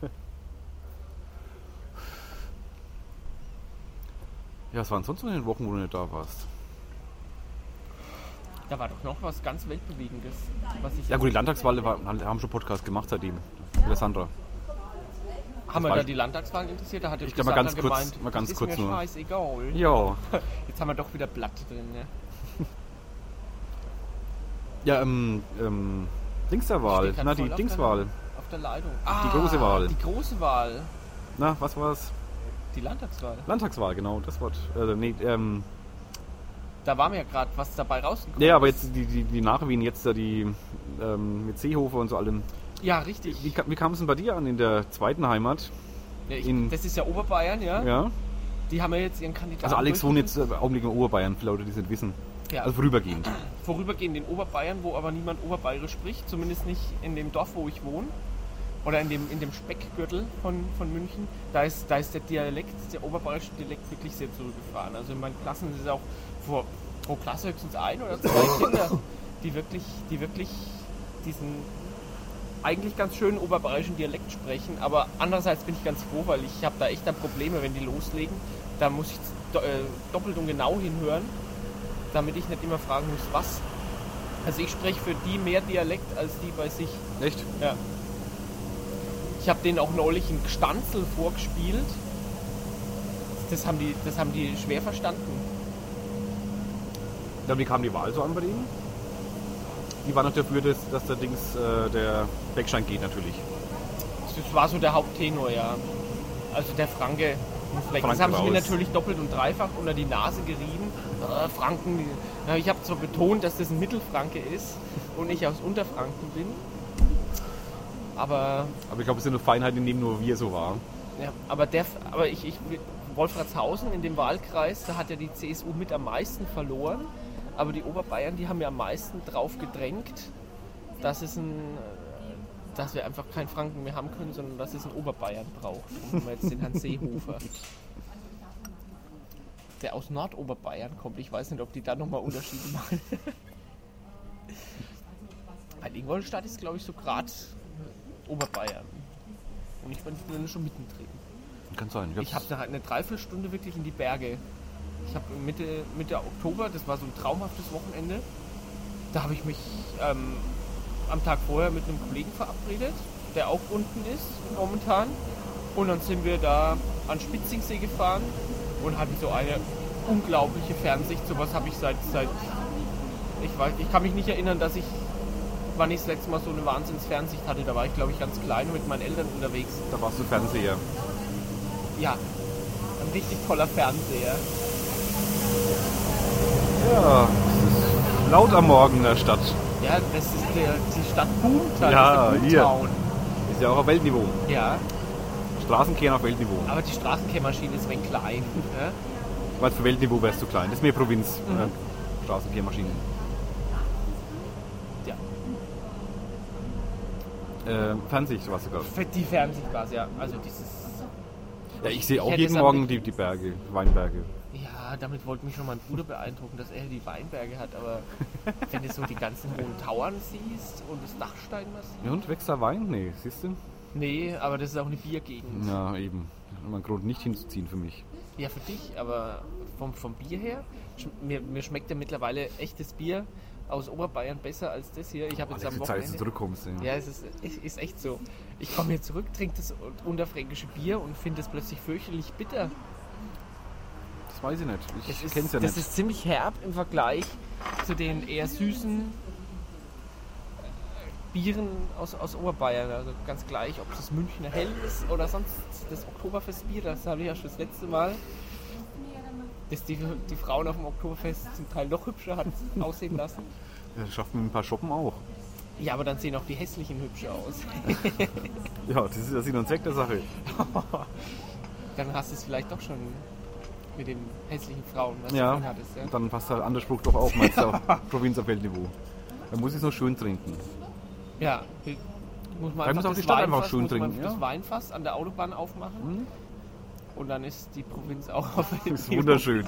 [SPEAKER 1] Ja, was waren sonst noch in den Wochen, wo du nicht da warst?
[SPEAKER 2] Da war doch noch was ganz Weltbewegendes, was ich.
[SPEAKER 1] Ja gut, die Landtagswahl war, haben schon Podcast gemacht seitdem. Mit der Sandra.
[SPEAKER 2] haben wir
[SPEAKER 1] war
[SPEAKER 2] da
[SPEAKER 1] ich-
[SPEAKER 2] die Landtagswahlen interessiert? Da hat der
[SPEAKER 1] Ich glaub, mal ganz
[SPEAKER 2] Christian dann
[SPEAKER 1] kurz- mal ganz
[SPEAKER 2] das ist
[SPEAKER 1] kurz
[SPEAKER 2] mir
[SPEAKER 1] nur.
[SPEAKER 2] scheißegal.
[SPEAKER 1] Ja.
[SPEAKER 2] Jetzt haben wir doch wieder Blatt drin, ne?
[SPEAKER 1] Ja, ähm, ähm, Dingsterwahl.
[SPEAKER 2] Steht grad
[SPEAKER 1] Na,
[SPEAKER 2] voll
[SPEAKER 1] die
[SPEAKER 2] auf
[SPEAKER 1] Dingswahl.
[SPEAKER 2] Der, auf der Leitung. Ah,
[SPEAKER 1] große Wahl.
[SPEAKER 2] Die große Wahl.
[SPEAKER 1] Na, was war's?
[SPEAKER 2] Die Landtagswahl.
[SPEAKER 1] Landtagswahl, genau, das Wort. Also, nee, ähm,
[SPEAKER 2] Da war mir ja gerade was dabei rausgekommen.
[SPEAKER 1] ja, aber jetzt die, die, die Nachwien, jetzt da die ähm, mit Seehofer und so allem.
[SPEAKER 2] Ja, richtig.
[SPEAKER 1] Wie, ka- wie kam es denn bei dir an in der zweiten Heimat?
[SPEAKER 2] Ja,
[SPEAKER 1] in-
[SPEAKER 2] ich, das ist ja Oberbayern, ja?
[SPEAKER 1] Ja.
[SPEAKER 2] Die haben ja jetzt ihren Kandidaten.
[SPEAKER 1] Also Alex wohnt jetzt äh, im Augenblick in Oberbayern, für Leute, die es nicht wissen.
[SPEAKER 2] Ja,
[SPEAKER 1] Also vorübergehend.
[SPEAKER 2] vorübergehend in Oberbayern, wo aber niemand Oberbayerisch spricht. Zumindest nicht in dem Dorf, wo ich wohne. Oder in dem, in dem Speckgürtel von, von München. Da ist, da ist der Dialekt, der oberbayerische Dialekt wirklich sehr zurückgefahren. Also in meinen Klassen ist es auch vor, pro Klasse höchstens ein oder zwei Kinder, die wirklich, die wirklich diesen eigentlich ganz schönen oberbayerischen Dialekt sprechen, aber andererseits bin ich ganz froh, weil ich habe da echt dann Probleme, wenn die loslegen. Da muss ich do, äh, doppelt und genau hinhören, damit ich nicht immer fragen muss, was. Also ich spreche für die mehr Dialekt als die bei sich.
[SPEAKER 1] Echt?
[SPEAKER 2] Ja. Ich habe denen auch neulich einen Gstanzel vorgespielt. Das haben die, das haben die schwer verstanden.
[SPEAKER 1] Ja, wie kam die Wahl so an bei denen? Die waren noch dafür, dass, dass der Dings, äh, der Beckstein geht natürlich.
[SPEAKER 2] Das war so der Haupttenor, ja. Also der Franke. und Fleck.
[SPEAKER 1] Frank
[SPEAKER 2] das haben sie mir
[SPEAKER 1] Kraus.
[SPEAKER 2] natürlich doppelt und dreifach unter die Nase gerieben. Äh, Franken. Na, ich habe zwar betont, dass das ein Mittelfranke ist und ich aus Unterfranken bin. Aber
[SPEAKER 1] Aber ich glaube, es sind nur Feinheiten, die nehmen nur wir so wahr.
[SPEAKER 2] Ja, aber der, aber ich, ich, Wolfratshausen in dem Wahlkreis, da hat ja die CSU mit am meisten verloren. Aber die Oberbayern, die haben ja am meisten drauf gedrängt, dass es ein, äh, dass wir einfach keinen Franken mehr haben können, sondern dass es einen Oberbayern braucht. Und wir jetzt den Herrn Seehofer. Der aus Nordoberbayern kommt. Ich weiß nicht, ob die da nochmal Unterschiede machen. Weil Ingolstadt ist, glaube ich, so grad Oberbayern. Und ich bin bin schon mittendrin.
[SPEAKER 1] Kann sein.
[SPEAKER 2] Ich habe eine, eine Dreiviertelstunde wirklich in die Berge. Ich habe Mitte, Mitte Oktober, das war so ein traumhaftes Wochenende, da habe ich mich ähm, am Tag vorher mit einem Kollegen verabredet, der auch unten ist momentan. Und dann sind wir da an Spitzingsee gefahren und hatten so eine unglaubliche Fernsicht. Sowas habe ich seit, seit ich, weiß, ich kann mich nicht erinnern, dass ich, wann ich das letzte Mal so eine Wahnsinnsfernsicht hatte. Da war ich, glaube ich, ganz klein mit meinen Eltern unterwegs.
[SPEAKER 1] da warst du Fernseher.
[SPEAKER 2] Ja, ein richtig toller Fernseher.
[SPEAKER 1] Ja, es ist laut am Morgen in der Stadt.
[SPEAKER 2] Ja, das ist der, die Stadt boomt. halt,
[SPEAKER 1] Ja,
[SPEAKER 2] das ist
[SPEAKER 1] hier.
[SPEAKER 2] der Boomtown.
[SPEAKER 1] Ist ja auch auf Weltniveau.
[SPEAKER 2] Ja,
[SPEAKER 1] Straßenkehren auf Weltniveau.
[SPEAKER 2] aber die Straßenkehrmaschine ist wenn klein. Ne?
[SPEAKER 1] Weil für Weltniveau wärst du klein. Das ist mehr Provinz.
[SPEAKER 2] Mhm.
[SPEAKER 1] Ne? Straßenkehrmaschinen.
[SPEAKER 2] Ja,
[SPEAKER 1] Ähm, Fernsicht warst du gerade.
[SPEAKER 2] für die Fernsicht quasi, ja. Also dieses.
[SPEAKER 1] Ja, ich sehe auch
[SPEAKER 2] hätte
[SPEAKER 1] jeden
[SPEAKER 2] es am
[SPEAKER 1] Morgen die, die Berge, Weinberge.
[SPEAKER 2] Ja, damit wollte mich schon mein Bruder beeindrucken, dass er die Weinberge hat, aber wenn du so die ganzen hohen Tauern siehst und das Dachsteinmassiv.
[SPEAKER 1] Ja, und wächst da Wein? Nee, siehst du?
[SPEAKER 2] Nee, aber das ist auch eine Biergegend.
[SPEAKER 1] Ja, eben. Hat man Grund nicht hinzuziehen für mich.
[SPEAKER 2] Ja, für dich, aber vom, vom Bier her, sch mir, mir schmeckt ja mittlerweile echtes Bier aus Oberbayern besser als das hier. Ich habe jetzt am
[SPEAKER 1] Alex, die Oh, Zeit, dass du
[SPEAKER 2] Wochenende.
[SPEAKER 1] zurückkommst. Ja.
[SPEAKER 2] Ja, es ist, es ist echt so. Ich komme hier zurück, trinke das unterfränkische Bier und finde es plötzlich fürchterlich bitter.
[SPEAKER 1] Das weiß ich nicht.
[SPEAKER 2] Das
[SPEAKER 1] Ich
[SPEAKER 2] ist,
[SPEAKER 1] kenn's ja
[SPEAKER 2] das
[SPEAKER 1] nicht.
[SPEAKER 2] ist ziemlich herb im Vergleich zu den eher süßen äh, Bieren aus, aus Oberbayern. Also ganz gleich, ob das Münchner Hell ist oder sonst das Oktoberfestbier, das habe ich ja schon das letzte Mal. Dass die, die Frauen auf dem Oktoberfest zum Teil noch hübscher hat aussehen lassen.
[SPEAKER 1] Das schafft man mit ein paar Shoppen auch.
[SPEAKER 2] Ja, aber dann sehen auch die hässlichen hübsch aus.
[SPEAKER 1] Ja, das ist der Sinn und Zweck der Sache.
[SPEAKER 2] Dann hast du es vielleicht doch schon mit den hässlichen Frauen, was
[SPEAKER 1] Ja,
[SPEAKER 2] du vorhin hattest. Ja?
[SPEAKER 1] dann passt halt anderer Spruch doch auch, meinst du, auf Provinzappellniveau. Dann muss ich es noch schön trinken.
[SPEAKER 2] ja. die- Muss man
[SPEAKER 1] Da muss auch die
[SPEAKER 2] das
[SPEAKER 1] Stadt einfach
[SPEAKER 2] Weinfass-
[SPEAKER 1] schön
[SPEAKER 2] muss man
[SPEAKER 1] trinken, ja.
[SPEAKER 2] Das Weinfass an der Autobahn aufmachen
[SPEAKER 1] Hm?
[SPEAKER 2] und dann ist die Provinz auch auf
[SPEAKER 1] Das ist wunderschön.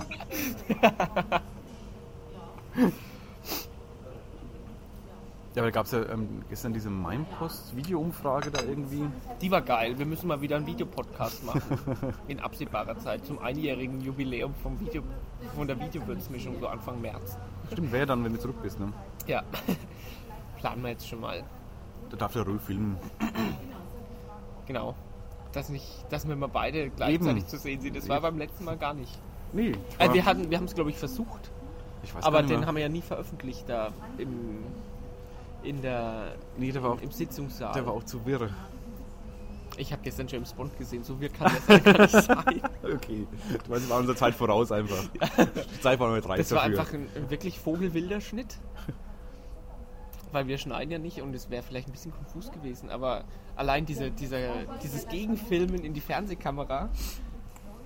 [SPEAKER 1] Ja, aber gab es ja ähm, gestern diese Meinpost-Video-Umfrage da irgendwie.
[SPEAKER 2] Die war geil. Wir müssen mal wieder einen Videopodcast machen. In absehbarer Zeit zum einjährigen Jubiläum vom Video, von der Videowürzmischung, so Anfang März.
[SPEAKER 1] Stimmt, wer dann, wenn du zurück bist, ne?
[SPEAKER 2] Ja, planen wir jetzt schon mal.
[SPEAKER 1] Da darf der Röhl filmen.
[SPEAKER 2] Genau. Dass, nicht, dass wir mal beide gleichzeitig
[SPEAKER 1] Eben.
[SPEAKER 2] zu sehen sind. Das war
[SPEAKER 1] Eben.
[SPEAKER 2] beim letzten Mal gar nicht.
[SPEAKER 1] Nee, ich
[SPEAKER 2] Äh,
[SPEAKER 1] war-
[SPEAKER 2] wir hatten, wir haben es, glaube ich, versucht.
[SPEAKER 1] ich weiß
[SPEAKER 2] Aber
[SPEAKER 1] gar nicht
[SPEAKER 2] den
[SPEAKER 1] mehr.
[SPEAKER 2] haben wir ja nie veröffentlicht da im, in der,
[SPEAKER 1] Nee, der war auch,
[SPEAKER 2] im Sitzungssaal.
[SPEAKER 1] der war auch zu wirr.
[SPEAKER 2] Ich habe gestern James Bond gesehen. So wir kann das gar nicht sein.
[SPEAKER 1] Okay, du weißt, wir waren unserer Zeit voraus einfach. Die Zeit war nur drei
[SPEAKER 2] Das war einfach ein, ein wirklich vogelwilder Schnitt. Weil wir schneiden ja nicht und es wäre vielleicht ein bisschen konfus gewesen, aber allein diese, dieser, dieses Gegenfilmen in die Fernsehkamera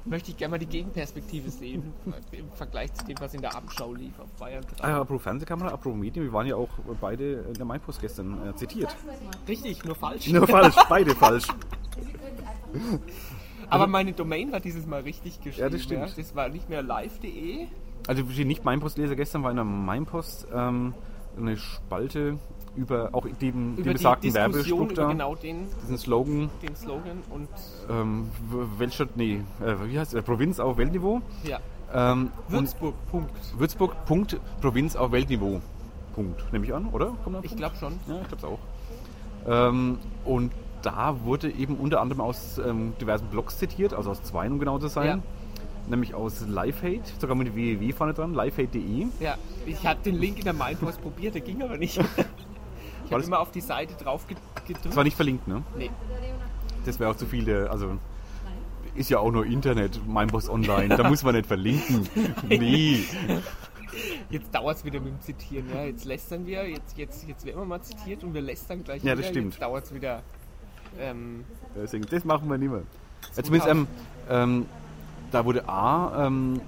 [SPEAKER 2] möchte ich gerne mal die Gegenperspektive sehen im Vergleich zu dem, was in der Abendschau lief auf Bayern 3.
[SPEAKER 1] Ah, ja, apropos Fernsehkamera, apropos Medien, wir waren ja auch beide in der Mainpost gestern äh, zitiert.
[SPEAKER 2] Richtig, nur falsch.
[SPEAKER 1] Nur falsch, beide falsch.
[SPEAKER 2] Aber meine Domain war dieses Mal richtig geschrieben.
[SPEAKER 1] Also- stimmt.
[SPEAKER 2] Das war nicht mehr live.de.
[SPEAKER 1] Also für die Nicht-Mainpost-Leser gestern war in der Mainpost ähm, eine Spalte über auch dem, dem
[SPEAKER 2] Über die
[SPEAKER 1] besagten
[SPEAKER 2] Diskussion
[SPEAKER 1] Werbespruch
[SPEAKER 2] über
[SPEAKER 1] da,
[SPEAKER 2] genau den,
[SPEAKER 1] diesen Slogan,
[SPEAKER 2] den Slogan und äh,
[SPEAKER 1] ähm, w- welcher, nee, äh, wie heißt der, Provinz auf Weltniveau.
[SPEAKER 2] ja.
[SPEAKER 1] Ähm, und
[SPEAKER 2] Würzburg, Punkt.
[SPEAKER 1] Würzburg, Punkt, Provinz auf Weltniveau, Punkt, nehme ich an, oder? Kommt da ein
[SPEAKER 2] Ich
[SPEAKER 1] Punkt?
[SPEAKER 2] glaube schon.
[SPEAKER 1] Ja, ich glaube es auch. Ähm, und da wurde eben unter anderem aus ähm, diversen Blogs zitiert, also aus zwei, um genau zu sein. Nämlich aus Lifehate, sogar mit www-Fahne dran, lifehate.de.
[SPEAKER 2] Ja, ich habe den Link in der Mindpost probiert, der ging aber nicht. Ich
[SPEAKER 1] War
[SPEAKER 2] habe
[SPEAKER 1] das-
[SPEAKER 2] immer auf die Seite drauf ge- gedrückt.
[SPEAKER 1] Das war nicht verlinkt, ne?
[SPEAKER 2] nee.
[SPEAKER 1] Das wäre auch zu viel, der- also ist ja auch nur Internet, mein Boss online, da muss man nicht verlinken. Nee.
[SPEAKER 2] Jetzt dauert es wieder mit dem Zitieren. Ja. Jetzt lästern wir, jetzt, jetzt, jetzt werden wir mal zitiert und wir lästern gleich
[SPEAKER 1] Ja,
[SPEAKER 2] wieder.
[SPEAKER 1] das stimmt.
[SPEAKER 2] Jetzt dauert es wieder. Ähm,
[SPEAKER 1] Deswegen, das machen wir nicht mehr. Ja, zumindest, ähm, ähm, da wurde A, ähm,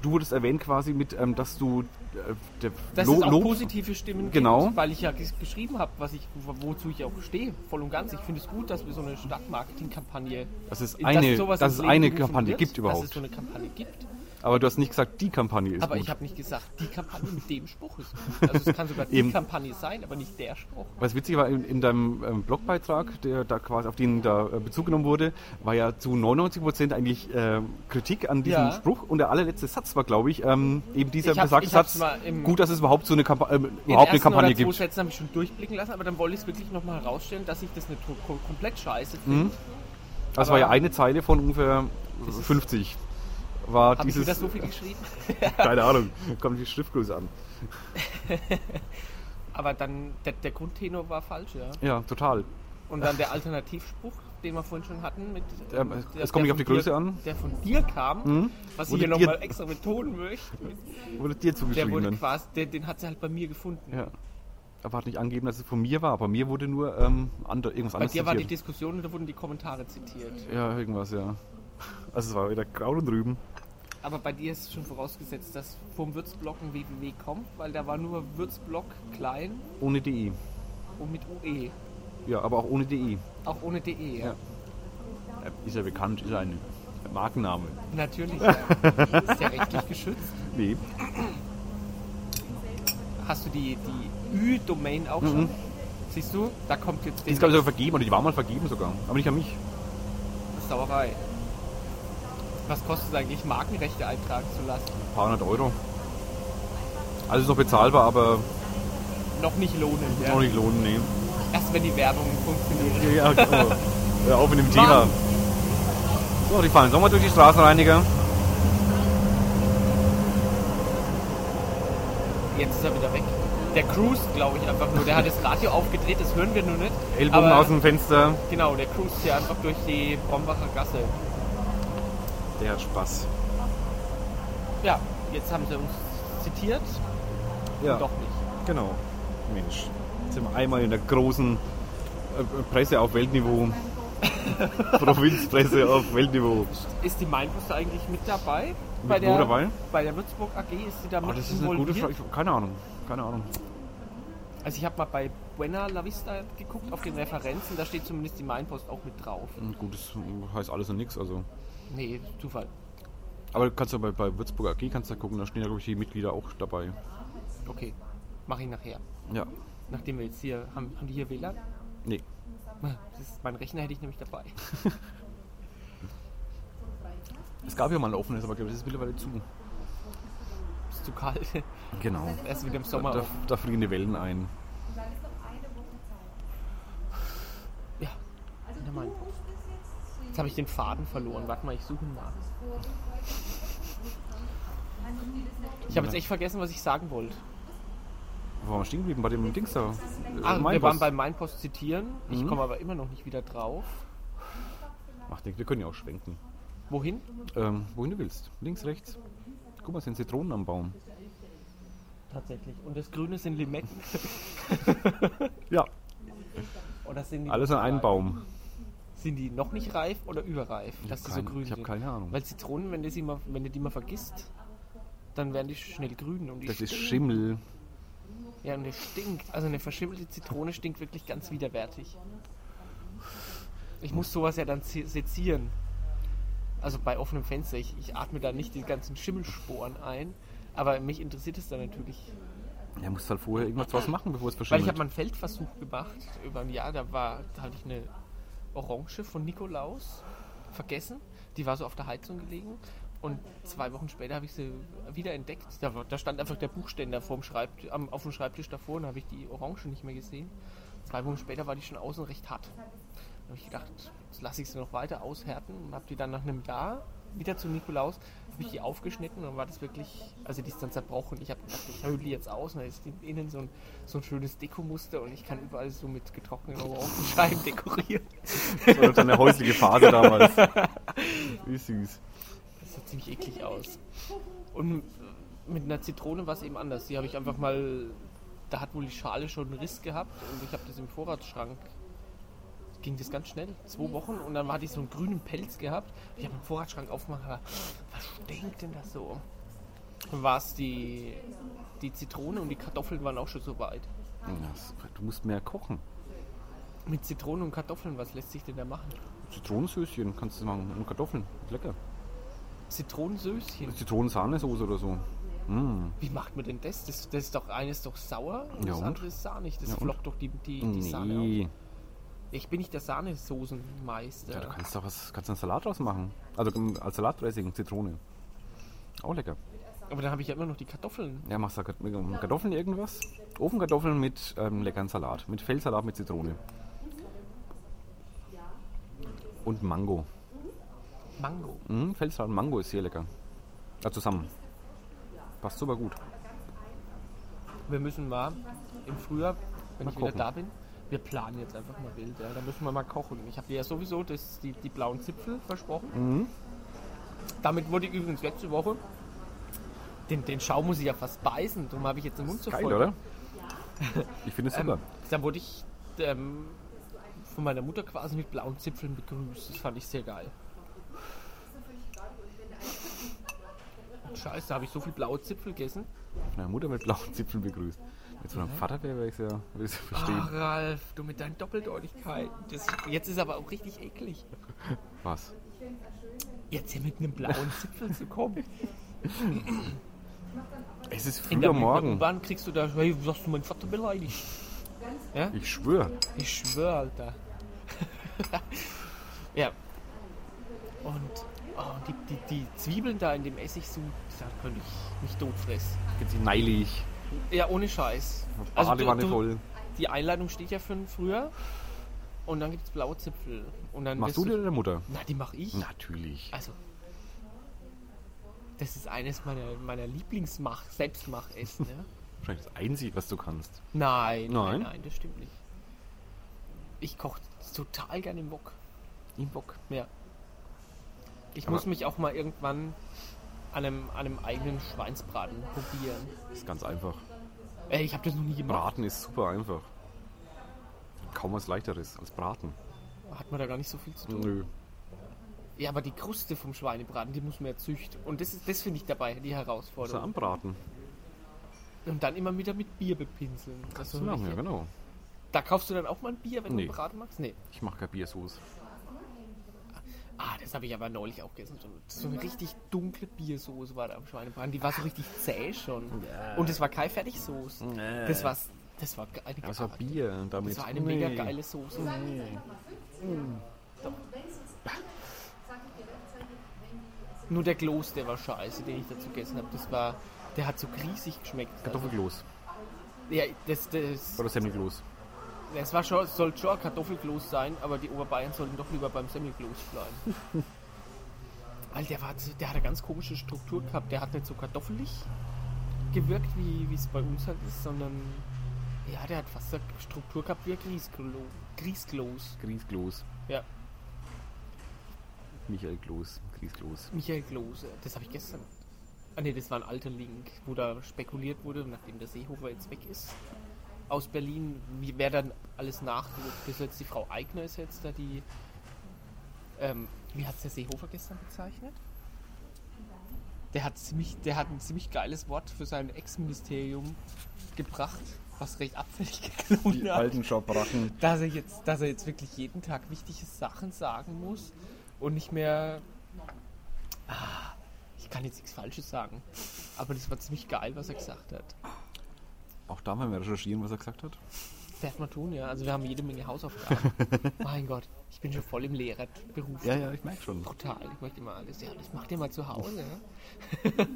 [SPEAKER 1] du wurdest erwähnt quasi mit, ähm, dass du äh, der
[SPEAKER 2] dass
[SPEAKER 1] Lo-
[SPEAKER 2] es auch
[SPEAKER 1] Lob-
[SPEAKER 2] positive Stimmen
[SPEAKER 1] Genau.
[SPEAKER 2] gibt, weil ich ja ges- geschrieben habe, was ich, wo- wozu ich auch stehe, voll und ganz. Ich finde es gut, dass wir so eine Stadtmarketing-Kampagne,
[SPEAKER 1] dass es
[SPEAKER 2] dass
[SPEAKER 1] eine,
[SPEAKER 2] sowas
[SPEAKER 1] dass
[SPEAKER 2] ins
[SPEAKER 1] es
[SPEAKER 2] Leben
[SPEAKER 1] eine
[SPEAKER 2] gerufen
[SPEAKER 1] Kampagne
[SPEAKER 2] wird,
[SPEAKER 1] gibt
[SPEAKER 2] Dass es
[SPEAKER 1] überhaupt.
[SPEAKER 2] so eine Kampagne gibt.
[SPEAKER 1] Aber du hast nicht gesagt, die Kampagne ist
[SPEAKER 2] Aber
[SPEAKER 1] gut.
[SPEAKER 2] ich habe nicht gesagt, die Kampagne mit dem Spruch ist gut. Also es kann sogar die
[SPEAKER 1] Eben.
[SPEAKER 2] Kampagne sein, aber nicht der Spruch.
[SPEAKER 1] Was witzig war, in, in deinem ähm, Blogbeitrag, der da quasi auf den da äh, Bezug genommen wurde, war ja zu 99 Prozent eigentlich ähm, Kritik an diesem
[SPEAKER 2] Ja.
[SPEAKER 1] Spruch und der allerletzte Satz war, glaube ich, ähm, eben dieser
[SPEAKER 2] Ich hab-
[SPEAKER 1] besagte
[SPEAKER 2] ich hab's
[SPEAKER 1] Satz.
[SPEAKER 2] mal im-
[SPEAKER 1] Gut, dass es überhaupt so eine, Kampa ähm, überhaupt eine Kampagne
[SPEAKER 2] Den ersten oder
[SPEAKER 1] gibt.
[SPEAKER 2] zwei Sätzen habe ich schon durchblicken lassen, aber dann wollte ich es wirklich nochmal herausstellen, dass ich das eine to- ko- komplett scheiße
[SPEAKER 1] Mhm.
[SPEAKER 2] finde.
[SPEAKER 1] Das war ja
[SPEAKER 2] aber-
[SPEAKER 1] eine Zeile von ungefähr 50. War
[SPEAKER 2] Habe ich
[SPEAKER 1] dieses
[SPEAKER 2] wieder so viel geschrieben?
[SPEAKER 1] keine Ahnung, kommt die Schriftgröße an.
[SPEAKER 2] Aber dann, der, der Grundtenor war falsch, ja.
[SPEAKER 1] Ja, total.
[SPEAKER 2] Und dann der Alternativspruch, den wir vorhin schon hatten. Mit,
[SPEAKER 1] Ähm, es-
[SPEAKER 2] der-
[SPEAKER 1] es kommt nicht
[SPEAKER 2] der
[SPEAKER 1] auf die
[SPEAKER 2] von dir-
[SPEAKER 1] Größe an. Hm?
[SPEAKER 2] Der von dir kam, was ich
[SPEAKER 1] Wurde
[SPEAKER 2] hier
[SPEAKER 1] dir-
[SPEAKER 2] nochmal extra betonen möchte.
[SPEAKER 1] Wurde dir
[SPEAKER 2] Der wurde
[SPEAKER 1] zugeschrieben.
[SPEAKER 2] quasi, der, den hat sie halt bei mir gefunden.
[SPEAKER 1] Ja. Aber hat nicht angegeben, dass es von mir war. Bei mir wurde nur ähm, ander, irgendwas
[SPEAKER 2] Bei
[SPEAKER 1] anderes
[SPEAKER 2] dir war die
[SPEAKER 1] zitiert.
[SPEAKER 2] Diskussion und da wurden die Kommentare zitiert.
[SPEAKER 1] Ja, irgendwas, ja. Also es war wieder Kraut und Rüben.
[SPEAKER 2] Aber bei dir ist schon vorausgesetzt, dass vom Würzblock ein www kommt, weil da war nur Würzblock klein
[SPEAKER 1] Ohne DI.
[SPEAKER 2] und mit UE.
[SPEAKER 1] Ja, aber auch ohne DI.
[SPEAKER 2] Auch ohne DE, ja.
[SPEAKER 1] Ja. Ist ja bekannt, ist ja ein Markenname.
[SPEAKER 2] Natürlich. ja. ist ja rechtlich geschützt.
[SPEAKER 1] Nee.
[SPEAKER 2] Hast du die, die Ü-Domain auch schon? Siehst du, da kommt
[SPEAKER 1] Mhm.
[SPEAKER 2] jetzt
[SPEAKER 1] Die
[SPEAKER 2] die
[SPEAKER 1] ist, glaube ich, sogar vergeben, oder die war mal vergeben sogar. Aber nicht an mich.
[SPEAKER 2] Sauerei. Was kostet es eigentlich, Markenrechte eintragen zu lassen?
[SPEAKER 1] Ein paar hundert Euro. Also ist noch bezahlbar, aber
[SPEAKER 2] Noch nicht lohnen, ja.
[SPEAKER 1] noch nicht lohnen, nee.
[SPEAKER 2] Erst wenn die Werbung funktioniert.
[SPEAKER 1] Ja, genau. Hör auf mit dem Thema. So, die fahren jetzt nochmal durch die Straßenreiniger.
[SPEAKER 2] Jetzt ist er wieder weg. Der Cruise, glaube ich, einfach nur. Der hat das Radio aufgedreht, das hören wir nur nicht.
[SPEAKER 1] Ellbogen
[SPEAKER 2] Aber-
[SPEAKER 1] aus dem Fenster.
[SPEAKER 2] Genau, der cruist hier einfach durch die Brombacher Gasse.
[SPEAKER 1] Der hat Spaß.
[SPEAKER 2] Ja, jetzt haben sie uns zitiert.
[SPEAKER 1] Ja,
[SPEAKER 2] Doch nicht.
[SPEAKER 1] genau. Mensch. Sind wir einmal in der großen äh, Presse auf Weltniveau. Provinzpresse auf Weltniveau.
[SPEAKER 2] Ist die Mainpost da eigentlich mit dabei?
[SPEAKER 1] wo dabei?
[SPEAKER 2] Bei der Würzburg AG ist sie da
[SPEAKER 1] Ah,
[SPEAKER 2] mit
[SPEAKER 1] das ist eine gute Frage.
[SPEAKER 2] involviert?
[SPEAKER 1] Ich- Keine Ahnung. Keine Ahnung.
[SPEAKER 2] Also ich habe mal bei Buena La Vista geguckt, auf den Referenzen, da steht zumindest die Mainpost auch mit drauf.
[SPEAKER 1] Gut, das heißt alles und nichts. Also.
[SPEAKER 2] Nee, Zufall.
[SPEAKER 1] Aber du kannst ja bei, bei Würzburg AG kannst du ja gucken, da stehen ja, glaube ich, die Mitglieder auch dabei.
[SPEAKER 2] Okay, mache ich nachher.
[SPEAKER 1] Ja.
[SPEAKER 2] Nachdem wir jetzt hier, haben, haben die hier WLAN?
[SPEAKER 1] Nee.
[SPEAKER 2] Das ist, mein Rechner hätte ich nämlich dabei.
[SPEAKER 1] Es gab ja mal ein offenes, aber ich glaube, das ist mittlerweile zu.
[SPEAKER 2] Ist zu kalt.
[SPEAKER 1] Genau.
[SPEAKER 2] Erst wieder im Sommer.
[SPEAKER 1] Da,
[SPEAKER 2] auf.
[SPEAKER 1] da frieren die Wellen ein.
[SPEAKER 2] Ja, na mein Gott. Jetzt habe ich den Faden verloren. Warte mal, ich suche ihn nach. Ich habe jetzt echt vergessen, was ich sagen wollte.
[SPEAKER 1] Wo waren wir stehen geblieben? Bei dem Dings da.
[SPEAKER 2] Ah,
[SPEAKER 1] Also Mein Mhm.
[SPEAKER 2] wir
[SPEAKER 1] Boss.
[SPEAKER 2] waren bei Meinpost zitieren. Ich komme aber immer noch nicht wieder drauf.
[SPEAKER 1] Ach, die, die können ja auch schwenken.
[SPEAKER 2] Wohin?
[SPEAKER 1] Ähm, wohin du willst. Links, rechts. Guck mal, es sind Zitronen am Baum.
[SPEAKER 2] Tatsächlich. Und das Grüne sind Limetten.
[SPEAKER 1] Ja.
[SPEAKER 2] Oder sind die
[SPEAKER 1] Alles an einen Baum.
[SPEAKER 2] Sind die noch nicht reif oder überreif, dass die so
[SPEAKER 1] Kein-
[SPEAKER 2] grün
[SPEAKER 1] ich
[SPEAKER 2] sind?
[SPEAKER 1] habe keine Ahnung.
[SPEAKER 2] Weil Zitronen, wenn du, sie mal, wenn du die mal vergisst, dann werden die schnell grün. Und die
[SPEAKER 1] Das ist
[SPEAKER 2] stinken.
[SPEAKER 1] Schimmel.
[SPEAKER 2] Ja, und der stinkt. Also eine verschimmelte Zitrone stinkt wirklich ganz widerwärtig. Ich muss sowas ja dann se- sezieren. Also bei offenem Fenster. Ich, ich atme da nicht die ganzen Schimmelsporen ein. Aber mich interessiert es dann natürlich.
[SPEAKER 1] Ja, musst halt vorher irgendwas draus machen, bevor es
[SPEAKER 2] Weil
[SPEAKER 1] verschimmelt.
[SPEAKER 2] ich habe mal einen Feldversuch gemacht über ein Jahr. Da, war, da hatte ich eine Orange von Nikolaus vergessen. Die war so auf der Heizung gelegen. Und zwei Wochen später habe ich sie wieder entdeckt. Da, war- da stand einfach der Buchständer vorm Schreibt, am, auf dem Schreibtisch davor und habe ich die Orange nicht mehr gesehen. Zwei Wochen später war die schon außen recht hart. Da habe ich gedacht, jetzt lasse ich sie noch weiter aushärten und habe die dann nach einem Jahr wieder zu Nikolaus, habe ich die aufgeschnitten und dann war das wirklich, also die ist dann zerbrochen. Ich habe gedacht, ich höhle die jetzt aus und da ist innen so ein, so ein schönes Dekomuster und ich kann überall so mit getrockneten Orangenscheiben dekorieren.
[SPEAKER 1] das war deine häusliche Phase damals. Wie süß.
[SPEAKER 2] Das sah ziemlich eklig aus. Und mit einer Zitrone war es eben anders. Die habe ich einfach mal. Da hat wohl die Schale schon einen Riss gehabt und ich habe das im Vorratsschrank. Ging das ganz schnell, zwei Wochen und dann hatte ich so einen grünen Pelz gehabt. Ich habe den Vorratsschrank aufgemacht, aber was stinkt denn das so? Dann War es die, die Zitrone und die Kartoffeln waren auch schon so weit.
[SPEAKER 1] Das, du musst mehr kochen.
[SPEAKER 2] Mit Zitrone und Kartoffeln, was lässt sich denn da machen?
[SPEAKER 1] Zitronensößchen kannst du machen und Kartoffeln. Ist lecker.
[SPEAKER 2] Zitronensößchen.
[SPEAKER 1] Zitronensahnesoße oder so. Mm.
[SPEAKER 2] Wie macht man denn das? Das, das ist doch eines doch sauer und
[SPEAKER 1] Ja,
[SPEAKER 2] das
[SPEAKER 1] und?
[SPEAKER 2] andere ist sahnig. Das
[SPEAKER 1] Ja, und?
[SPEAKER 2] flockt doch die, die, die Sahne auf.
[SPEAKER 1] Nee.
[SPEAKER 2] Ich bin nicht der Sahnesoßenmeister.
[SPEAKER 1] Ja, du kannst doch was, kannst einen Salat draus machen. Also ähm, als Salatdressing, Zitrone. Auch lecker.
[SPEAKER 2] Aber dann habe ich ja immer noch die Kartoffeln.
[SPEAKER 1] Ja, machst du Kart- mit ähm, Kartoffeln irgendwas? Ofenkartoffeln mit ähm, leckeren Salat. Mit Feldsalat mit Zitrone. Und Mango.
[SPEAKER 2] Mango.
[SPEAKER 1] Mhm, Feldsalat und Mango ist sehr lecker. Ja, zusammen. Passt super gut.
[SPEAKER 2] Wir müssen mal im Frühjahr, wenn
[SPEAKER 1] Mal
[SPEAKER 2] ich wieder
[SPEAKER 1] kochen.
[SPEAKER 2] da bin, wir planen jetzt einfach mal wild. Ja. Da müssen wir mal kochen. Ich habe dir ja sowieso das, die, die blauen Zipfel versprochen.
[SPEAKER 1] Mhm.
[SPEAKER 2] Damit wurde ich übrigens letzte Woche. Den, den Schaum muss ich ja fast beißen. Darum habe ich jetzt den Mund so
[SPEAKER 1] Geil,
[SPEAKER 2] voll.
[SPEAKER 1] oder? Ich finde es super.
[SPEAKER 2] Ähm, da wurde ich ähm, von meiner Mutter quasi mit blauen Zipfeln begrüßt. Das fand ich sehr geil. Scheiße, da habe ich so viel blaue Zipfel gegessen.
[SPEAKER 1] Meine Mutter mit blauen Zipfeln begrüßt. Jetzt
[SPEAKER 2] Mhm.
[SPEAKER 1] von meinem Vater wäre ich es ja, würde ich es ja verstehen.
[SPEAKER 2] Ach, Ah, Ralf, du mit deinen Doppeldeutigkeiten. Das, jetzt ist aber auch richtig eklig.
[SPEAKER 1] Was?
[SPEAKER 2] Jetzt hier mit einem blauen Zipfel zu kommen.
[SPEAKER 1] Es ist
[SPEAKER 2] In der
[SPEAKER 1] früher
[SPEAKER 2] Münchner
[SPEAKER 1] Morgen.
[SPEAKER 2] U-Bahn kriegst du da, hey, was hast du meinen Vater beleidigt? Ja?
[SPEAKER 1] Ich schwöre.
[SPEAKER 2] Ich schwör, Alter. ja. Und oh, die, die, die Zwiebeln da in dem Essigsud, da könnte ich mich tot fressen.
[SPEAKER 1] Neilig.
[SPEAKER 2] Ja, ohne Scheiß. Also
[SPEAKER 1] Badewanne voll.
[SPEAKER 2] die Einladung steht ja für ein Frühjahr. Und dann gibt es blaue Zipfel. Und dann
[SPEAKER 1] Machst du Hm.
[SPEAKER 2] wirst
[SPEAKER 1] dir deine Mutter?
[SPEAKER 2] Na, die mach ich.
[SPEAKER 1] Natürlich.
[SPEAKER 2] Also. Das ist eines meiner, meiner Lieblingsmach, Selbstmachessen, ne?
[SPEAKER 1] Wahrscheinlich das Einzige, was du kannst.
[SPEAKER 2] Nein, nein,
[SPEAKER 1] Nein.
[SPEAKER 2] nein, das stimmt nicht. Ich koche total gerne im Wok.
[SPEAKER 1] Im Bock.
[SPEAKER 2] Ja. Ich
[SPEAKER 1] Aber-
[SPEAKER 2] muss mich auch mal irgendwann an einem, an einem eigenen Schweinsbraten probieren.
[SPEAKER 1] Ist ganz einfach.
[SPEAKER 2] Ey, ich habe das noch nie gemacht.
[SPEAKER 1] Braten ist super einfach. kaum was leichteres als Braten.
[SPEAKER 2] Hat man da gar nicht so viel zu tun.
[SPEAKER 1] Nö. Hm.
[SPEAKER 2] Ja, aber die Kruste vom Schweinebraten, die muss man ja züchten. Und das, ist- das finde ich dabei die
[SPEAKER 1] Ist ja
[SPEAKER 2] Herausforderung.
[SPEAKER 1] anbraten.
[SPEAKER 2] Und dann immer wieder mit Bier bepinseln. Das
[SPEAKER 1] So
[SPEAKER 2] ist
[SPEAKER 1] machen,
[SPEAKER 2] richtig-
[SPEAKER 1] ja, genau.
[SPEAKER 2] Da kaufst du dann auch mal ein Bier, wenn
[SPEAKER 1] Nee.
[SPEAKER 2] du einen Braten magst? Nee.
[SPEAKER 1] Ich mache keine Biersoße.
[SPEAKER 2] Ah, das habe ich aber neulich auch gegessen. So eine, so eine richtig dunkle Biersoße war da am Schweinebraten. Die war so richtig zäh schon. Und es war keine Fertigsoße. Das, war, das war ge- eine,
[SPEAKER 1] Ja, es Ah, war Bier. Und damit
[SPEAKER 2] Das war eine
[SPEAKER 1] Nee.
[SPEAKER 2] mega geile Soße. Mhm. Doch. Nur der Kloß, der war scheiße, den ich dazu gegessen habe. Das war, der hat so riesig geschmeckt.
[SPEAKER 1] Kartoffelglos.
[SPEAKER 2] Also, ja, das, das,
[SPEAKER 1] Oder Semmelglos.
[SPEAKER 2] das war schon, soll schon ein Kartoffelkloß sein, aber die Oberbayern sollten doch lieber beim Semmelkloß bleiben. Weil der, war, so- der hat eine ganz komische Struktur gehabt. Der hat nicht so kartoffelig gewirkt, wie wie es bei uns halt ist, sondern ja, der hat fast eine Struktur gehabt wie ein Grießklo, Grießkloß.
[SPEAKER 1] Griesglos.
[SPEAKER 2] Ja,
[SPEAKER 1] Michael Glos. Griesglos.
[SPEAKER 2] Michael Klose, das habe ich gestern. Ah ne, das war ein alter Link, wo da spekuliert wurde, nachdem der Seehofer jetzt weg ist. Aus Berlin, wie wer dann alles nachgerückt ist. Jetzt die Frau Eigner ist jetzt da die. Ähm, wie hat es der Seehofer gestern bezeichnet? Der hat, ziemlich, der hat ein ziemlich geiles Wort für sein Ex-Ministerium gebracht, was recht abfällig geklungen
[SPEAKER 3] Die
[SPEAKER 2] hat
[SPEAKER 3] alten Schabracken.
[SPEAKER 2] dass er jetzt, dass er jetzt wirklich jeden Tag wichtige Sachen sagen muss und nicht mehr. Ah, ich kann jetzt nichts Falsches sagen. Aber das war ziemlich geil, was er gesagt hat.
[SPEAKER 1] Auch da werden wir recherchieren, was er gesagt hat.
[SPEAKER 2] Darf man tun, ja. Also wir haben jede Menge Hausaufgaben. mein Gott, ich bin schon voll im Lehrerberuf.
[SPEAKER 1] Ja, ja, ich merke schon.
[SPEAKER 2] Brutal. Ich möchte immer alles. Ja, das macht ihr mal zu Hause. Ja?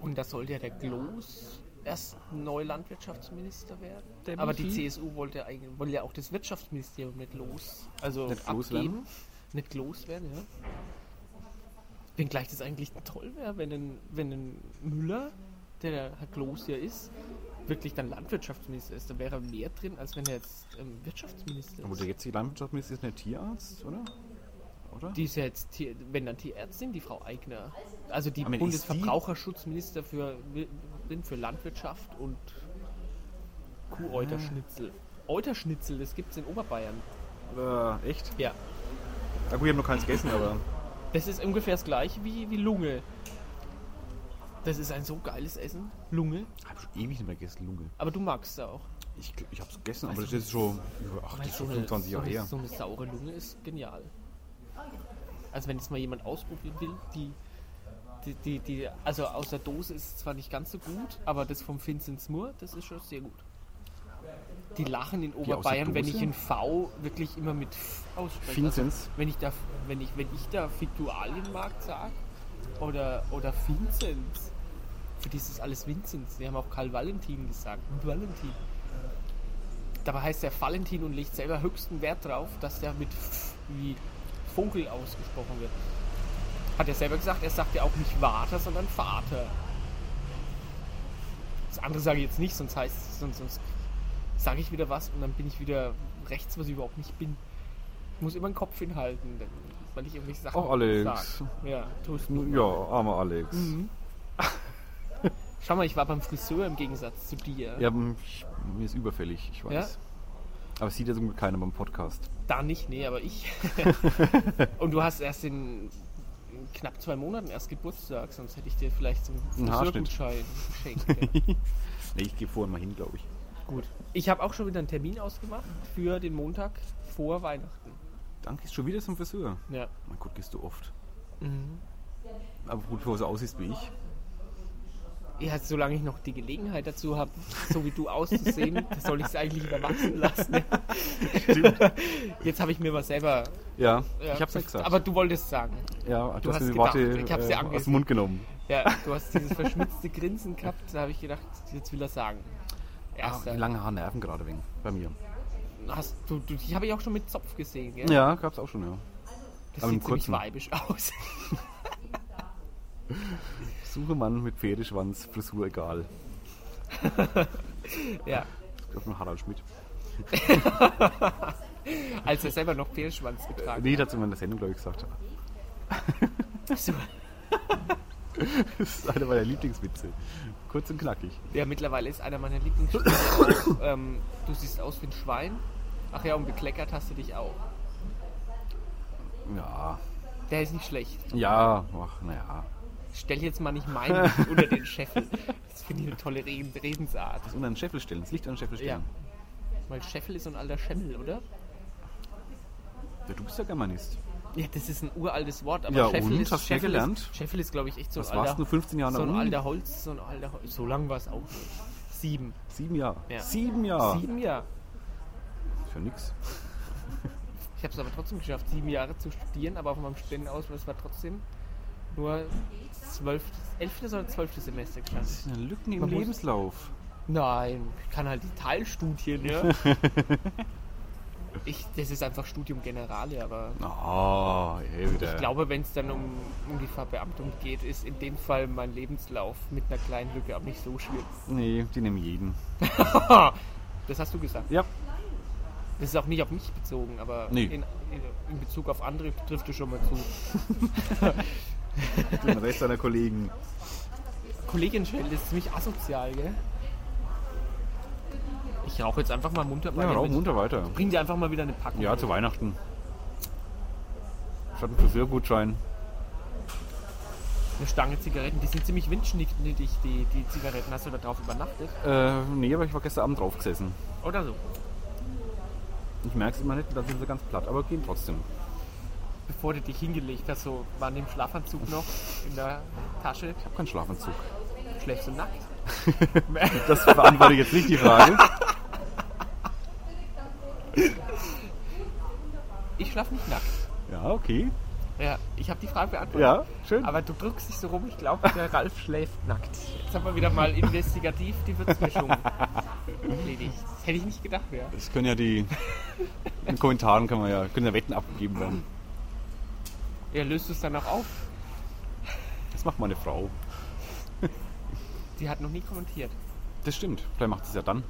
[SPEAKER 2] und da sollte ja der Gloß erst neu Landwirtschaftsminister werden.
[SPEAKER 1] Der
[SPEAKER 2] Aber die
[SPEAKER 1] Michi?
[SPEAKER 2] CSU wollte, eigentlich, wollte ja auch das Wirtschaftsministerium nicht los. Also
[SPEAKER 1] Nicht
[SPEAKER 2] abgeben.
[SPEAKER 1] loswerden?
[SPEAKER 2] Nicht loswerden, ja. Wenngleich das eigentlich toll wäre, wenn ein, wenn ein Müller, der der Herr Gloß ja ist, wirklich dann Landwirtschaftsminister ist. Da wäre mehr drin, als wenn er jetzt ähm, Wirtschaftsminister
[SPEAKER 1] Aber
[SPEAKER 2] ist.
[SPEAKER 1] der jetzige Landwirtschaftsminister ist nicht Tierarzt, oder? Oder?
[SPEAKER 2] Die ist ja jetzt, Tier- wenn dann Tierärztin, die Frau Eigner. Also die
[SPEAKER 1] Aber ist die-
[SPEAKER 2] Bundesverbraucherschutzminister für, für Landwirtschaft und Kuhäuterschnitzel. Euterschnitzel, das gibt's in Oberbayern.
[SPEAKER 1] Äh, echt?
[SPEAKER 2] Ja.
[SPEAKER 1] Na gut, ich habe noch keins gegessen, aber
[SPEAKER 2] Das ist ungefähr das gleiche wie, wie Lunge. Das ist ein so geiles Essen. Lunge.
[SPEAKER 1] ich habe schon ewig nicht mehr gegessen, Lunge.
[SPEAKER 2] Aber du magst es auch.
[SPEAKER 1] Ich, gl- ich habe es gegessen, aber
[SPEAKER 2] Also,
[SPEAKER 1] das ist schon über ach, das ist schon
[SPEAKER 2] eine-
[SPEAKER 1] 25 Jahre
[SPEAKER 2] so eine,
[SPEAKER 1] her.
[SPEAKER 2] so eine saure Lunge ist genial. Also wenn jetzt mal jemand ausprobieren will, die, die, die, die also aus der Dose ist es zwar nicht ganz so gut, aber das vom Vincent Moore, das ist schon sehr gut. Die lachen in
[SPEAKER 1] der
[SPEAKER 2] Oberbayern, wenn
[SPEAKER 1] Dose?
[SPEAKER 2] ich in V wirklich immer mit F ausspreche.
[SPEAKER 1] Vinzenz?
[SPEAKER 2] Also, wenn ich da wenn ich wenn ich da Fiktualienmarkt sage oder oder Vinzenz. Für die ist das alles Vinzenz. Die haben auch Karl Valentin gesagt. Valentin. Dabei heißt der Valentin und legt selber höchsten Wert drauf, dass der mit F wie Vogel ausgesprochen wird. Hat er selber gesagt, er sagt ja auch nicht Vater, sondern Vater. Das andere sage ich jetzt nicht, sonst heißt sonst, sonst sage ich wieder was und dann bin ich wieder rechts, was ich überhaupt nicht bin. Ich muss immer den Kopf hinhalten, denn- weil ich irgendwelche Sachen
[SPEAKER 1] Oh, Alex.
[SPEAKER 2] sag. Ja, tust du.
[SPEAKER 1] Ja, armer Alex.
[SPEAKER 2] Schau mal, ich war beim Friseur im Gegensatz zu dir.
[SPEAKER 1] Ja, m- ich, mir ist überfällig, ich weiß. Aber es sieht ja sogar keiner beim Podcast.
[SPEAKER 2] Da nicht, nee, aber ich. und du hast erst in, in knapp zwei Monaten erst Geburtstag, sonst hätte ich dir vielleicht so einen
[SPEAKER 1] Einen Haarschnitt.
[SPEAKER 2] Friseurgutschein geschenkt. Ja.
[SPEAKER 1] Nee, ich gehe vorhin mal hin, glaube ich.
[SPEAKER 2] Gut. Ich habe auch schon wieder einen Termin ausgemacht für den Montag vor Weihnachten.
[SPEAKER 1] Danke, ist schon wieder zum Friseur.
[SPEAKER 2] Ja.
[SPEAKER 1] Mein Gott, gehst du oft.
[SPEAKER 2] Mhm.
[SPEAKER 1] Aber gut, bevor du so aussiehst wie ich.
[SPEAKER 2] Ja, solange ich noch die Gelegenheit dazu habe, so wie du auszusehen, das soll ich es eigentlich überwachsen lassen.
[SPEAKER 1] Stimmt.
[SPEAKER 2] Jetzt habe ich mir was selber.
[SPEAKER 1] Ja,
[SPEAKER 2] ja,
[SPEAKER 1] ich hab's ja gesagt.
[SPEAKER 2] Aber du wolltest sagen.
[SPEAKER 1] ja, du, hast
[SPEAKER 2] hast
[SPEAKER 1] mir die
[SPEAKER 2] gedacht,
[SPEAKER 1] Worte
[SPEAKER 2] ich hab's dir
[SPEAKER 1] äh, aus
[SPEAKER 2] angesehen.
[SPEAKER 1] dem Mund genommen.
[SPEAKER 2] Ja, du hast dieses verschmitzte Grinsen gehabt, da habe ich gedacht, jetzt will er sagen.
[SPEAKER 1] Ach, die
[SPEAKER 2] Erster.
[SPEAKER 1] langen Haare nerven gerade wegen. Bei mir.
[SPEAKER 2] Hast du, du die habe ich auch schon mit Zopf gesehen, gell?
[SPEAKER 1] Ja, gab's auch schon, ja.
[SPEAKER 2] das
[SPEAKER 1] aber
[SPEAKER 2] sieht
[SPEAKER 1] im
[SPEAKER 2] ziemlich
[SPEAKER 1] kurzen.
[SPEAKER 2] weibisch aus.
[SPEAKER 1] Suche Mann mit Pferdeschwanz, Frisur egal.
[SPEAKER 2] ja.
[SPEAKER 1] Auf dem Harald Schmidt.
[SPEAKER 2] Als er selber noch Pferdeschwanz
[SPEAKER 1] Äh,
[SPEAKER 2] getragen
[SPEAKER 1] Nee, dazu in meiner Sendung, glaube ich, gesagt.
[SPEAKER 2] hat. So.
[SPEAKER 1] Das ist einer meiner Lieblingswitze. Kurz und knackig.
[SPEAKER 2] Ja, mittlerweile ist einer meiner Lieblingsspiele auch, ähm, du siehst aus wie ein Schwein. Ach ja, und bekleckert hast du dich auch.
[SPEAKER 1] Ja.
[SPEAKER 2] Der ist nicht schlecht.
[SPEAKER 1] Ja, ach, naja.
[SPEAKER 2] Stell jetzt mal nicht meinen Hut unter den Scheffel. Das finde ich eine tolle Reden Redensart.
[SPEAKER 1] Das unter den Scheffel stellen, das Licht an den Scheffel
[SPEAKER 2] Ja.
[SPEAKER 1] stellen.
[SPEAKER 2] Weil Scheffel ist so ein alter Schemmel, oder?
[SPEAKER 1] Ja, du bist ja Germanist.
[SPEAKER 2] Ja, das ist ein uraltes Wort, aber
[SPEAKER 1] Ja,
[SPEAKER 2] Scheffel
[SPEAKER 1] und?
[SPEAKER 2] ist.
[SPEAKER 1] Hast du
[SPEAKER 2] Scheffel
[SPEAKER 1] gelernt?
[SPEAKER 2] ist, Scheffel ist glaube ich, echt so ein
[SPEAKER 1] Was
[SPEAKER 2] alter.
[SPEAKER 1] warst du 15 Jahre
[SPEAKER 2] so ein
[SPEAKER 1] in der Uni?
[SPEAKER 2] alter Holz, so ein alter Holz. So lang war es auch. nicht. Sieben.
[SPEAKER 1] Sieben Jahre.
[SPEAKER 2] Ja.
[SPEAKER 1] Sieben Jahre.
[SPEAKER 2] Sieben Jahre.
[SPEAKER 1] Für nix.
[SPEAKER 2] Ich habe es aber trotzdem geschafft, sieben Jahre zu studieren, aber auf meinem Spendenausweis war trotzdem nur zwölftes, elftes oder zwölftes Semester geschafft.
[SPEAKER 1] Das sind ja Lücken im
[SPEAKER 2] Man muss-
[SPEAKER 1] Lebenslauf.
[SPEAKER 2] Nein, ich kann halt die Teilstudien, ja. ich, das ist einfach Studium Generale, aber
[SPEAKER 1] Ah, hey, wieder.
[SPEAKER 2] ich glaube, wenn es dann um, um die Verbeamtung geht, ist in dem Fall mein Lebenslauf mit einer kleinen Lücke auch nicht so schwierig.
[SPEAKER 1] Nee, die nehmen jeden.
[SPEAKER 2] Das hast du gesagt.
[SPEAKER 1] Ja.
[SPEAKER 2] Das ist auch nicht auf mich bezogen, aber
[SPEAKER 1] Nee.
[SPEAKER 2] in, in, in Bezug auf andere trifft es schon mal zu.
[SPEAKER 1] Den Rest deiner Kollegen.
[SPEAKER 2] Kollegin Schell, das ist ziemlich asozial, gell? Ich rauche jetzt einfach mal munter
[SPEAKER 1] Ja,
[SPEAKER 2] weiter
[SPEAKER 1] rauchen
[SPEAKER 2] mit.
[SPEAKER 1] munter weiter.
[SPEAKER 2] Bring dir einfach mal wieder eine Packung.
[SPEAKER 1] Ja, zu Weihnachten. Statt einen Friseurgutschein.
[SPEAKER 2] Eine Stange Zigaretten, die sind ziemlich windschnittig, die, die Zigaretten. Hast du da drauf übernachtet?
[SPEAKER 1] Äh, nee, aber ich war gestern Abend drauf gesessen.
[SPEAKER 2] Oder so.
[SPEAKER 1] Ich merke es immer nicht, dann sind sie ganz platt, aber gehen trotzdem.
[SPEAKER 2] Bevor du dich hingelegt hast, so war in dem Schlafanzug noch in der Tasche.
[SPEAKER 1] Ich habe keinen Schlafanzug.
[SPEAKER 2] Schläfst du nackt?
[SPEAKER 1] Das beantworte ich jetzt nicht die Frage.
[SPEAKER 2] Ich schlaf nicht nackt.
[SPEAKER 1] Ja, okay.
[SPEAKER 2] Ja, ich habe die Frage beantwortet.
[SPEAKER 1] Ja, schön.
[SPEAKER 2] Aber du drückst dich so rum, ich glaube, der Ralf schläft nackt. Jetzt haben wir wieder mal investigativ die Würzmischung erledigt. Das hätte ich nicht gedacht, ja.
[SPEAKER 1] Das können ja die. In Kommentaren kann man ja, können ja Wetten abgegeben werden.
[SPEAKER 2] Ja, löst du es dann auch auf?
[SPEAKER 1] Das macht meine Frau.
[SPEAKER 2] Die hat noch nie kommentiert.
[SPEAKER 1] Das stimmt. Vielleicht macht sie es ja dann.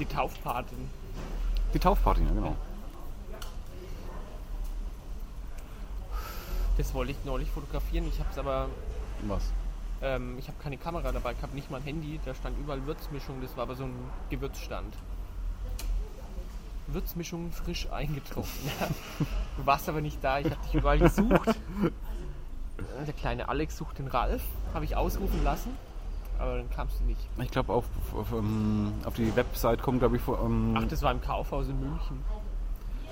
[SPEAKER 2] Die Taufpatin.
[SPEAKER 1] Die Taufparty, ja genau.
[SPEAKER 2] Das wollte ich neulich fotografieren. Ich habe es aber
[SPEAKER 1] Was?
[SPEAKER 2] Ähm, ich habe keine Kamera dabei, ich habe nicht mal ein Handy. Da stand überall Würzmischung, das war aber so ein Gewürzstand. Würzmischung frisch eingetroffen. du warst aber nicht da, ich habe dich überall gesucht. Der kleine Alex sucht den Ralf, habe ich ausrufen lassen, aber dann kamst du nicht.
[SPEAKER 1] Ich glaube, auf, auf, ähm, auf die Website kommen, glaube ich, vor- ähm,
[SPEAKER 2] Ach, das war im Kaufhaus in München.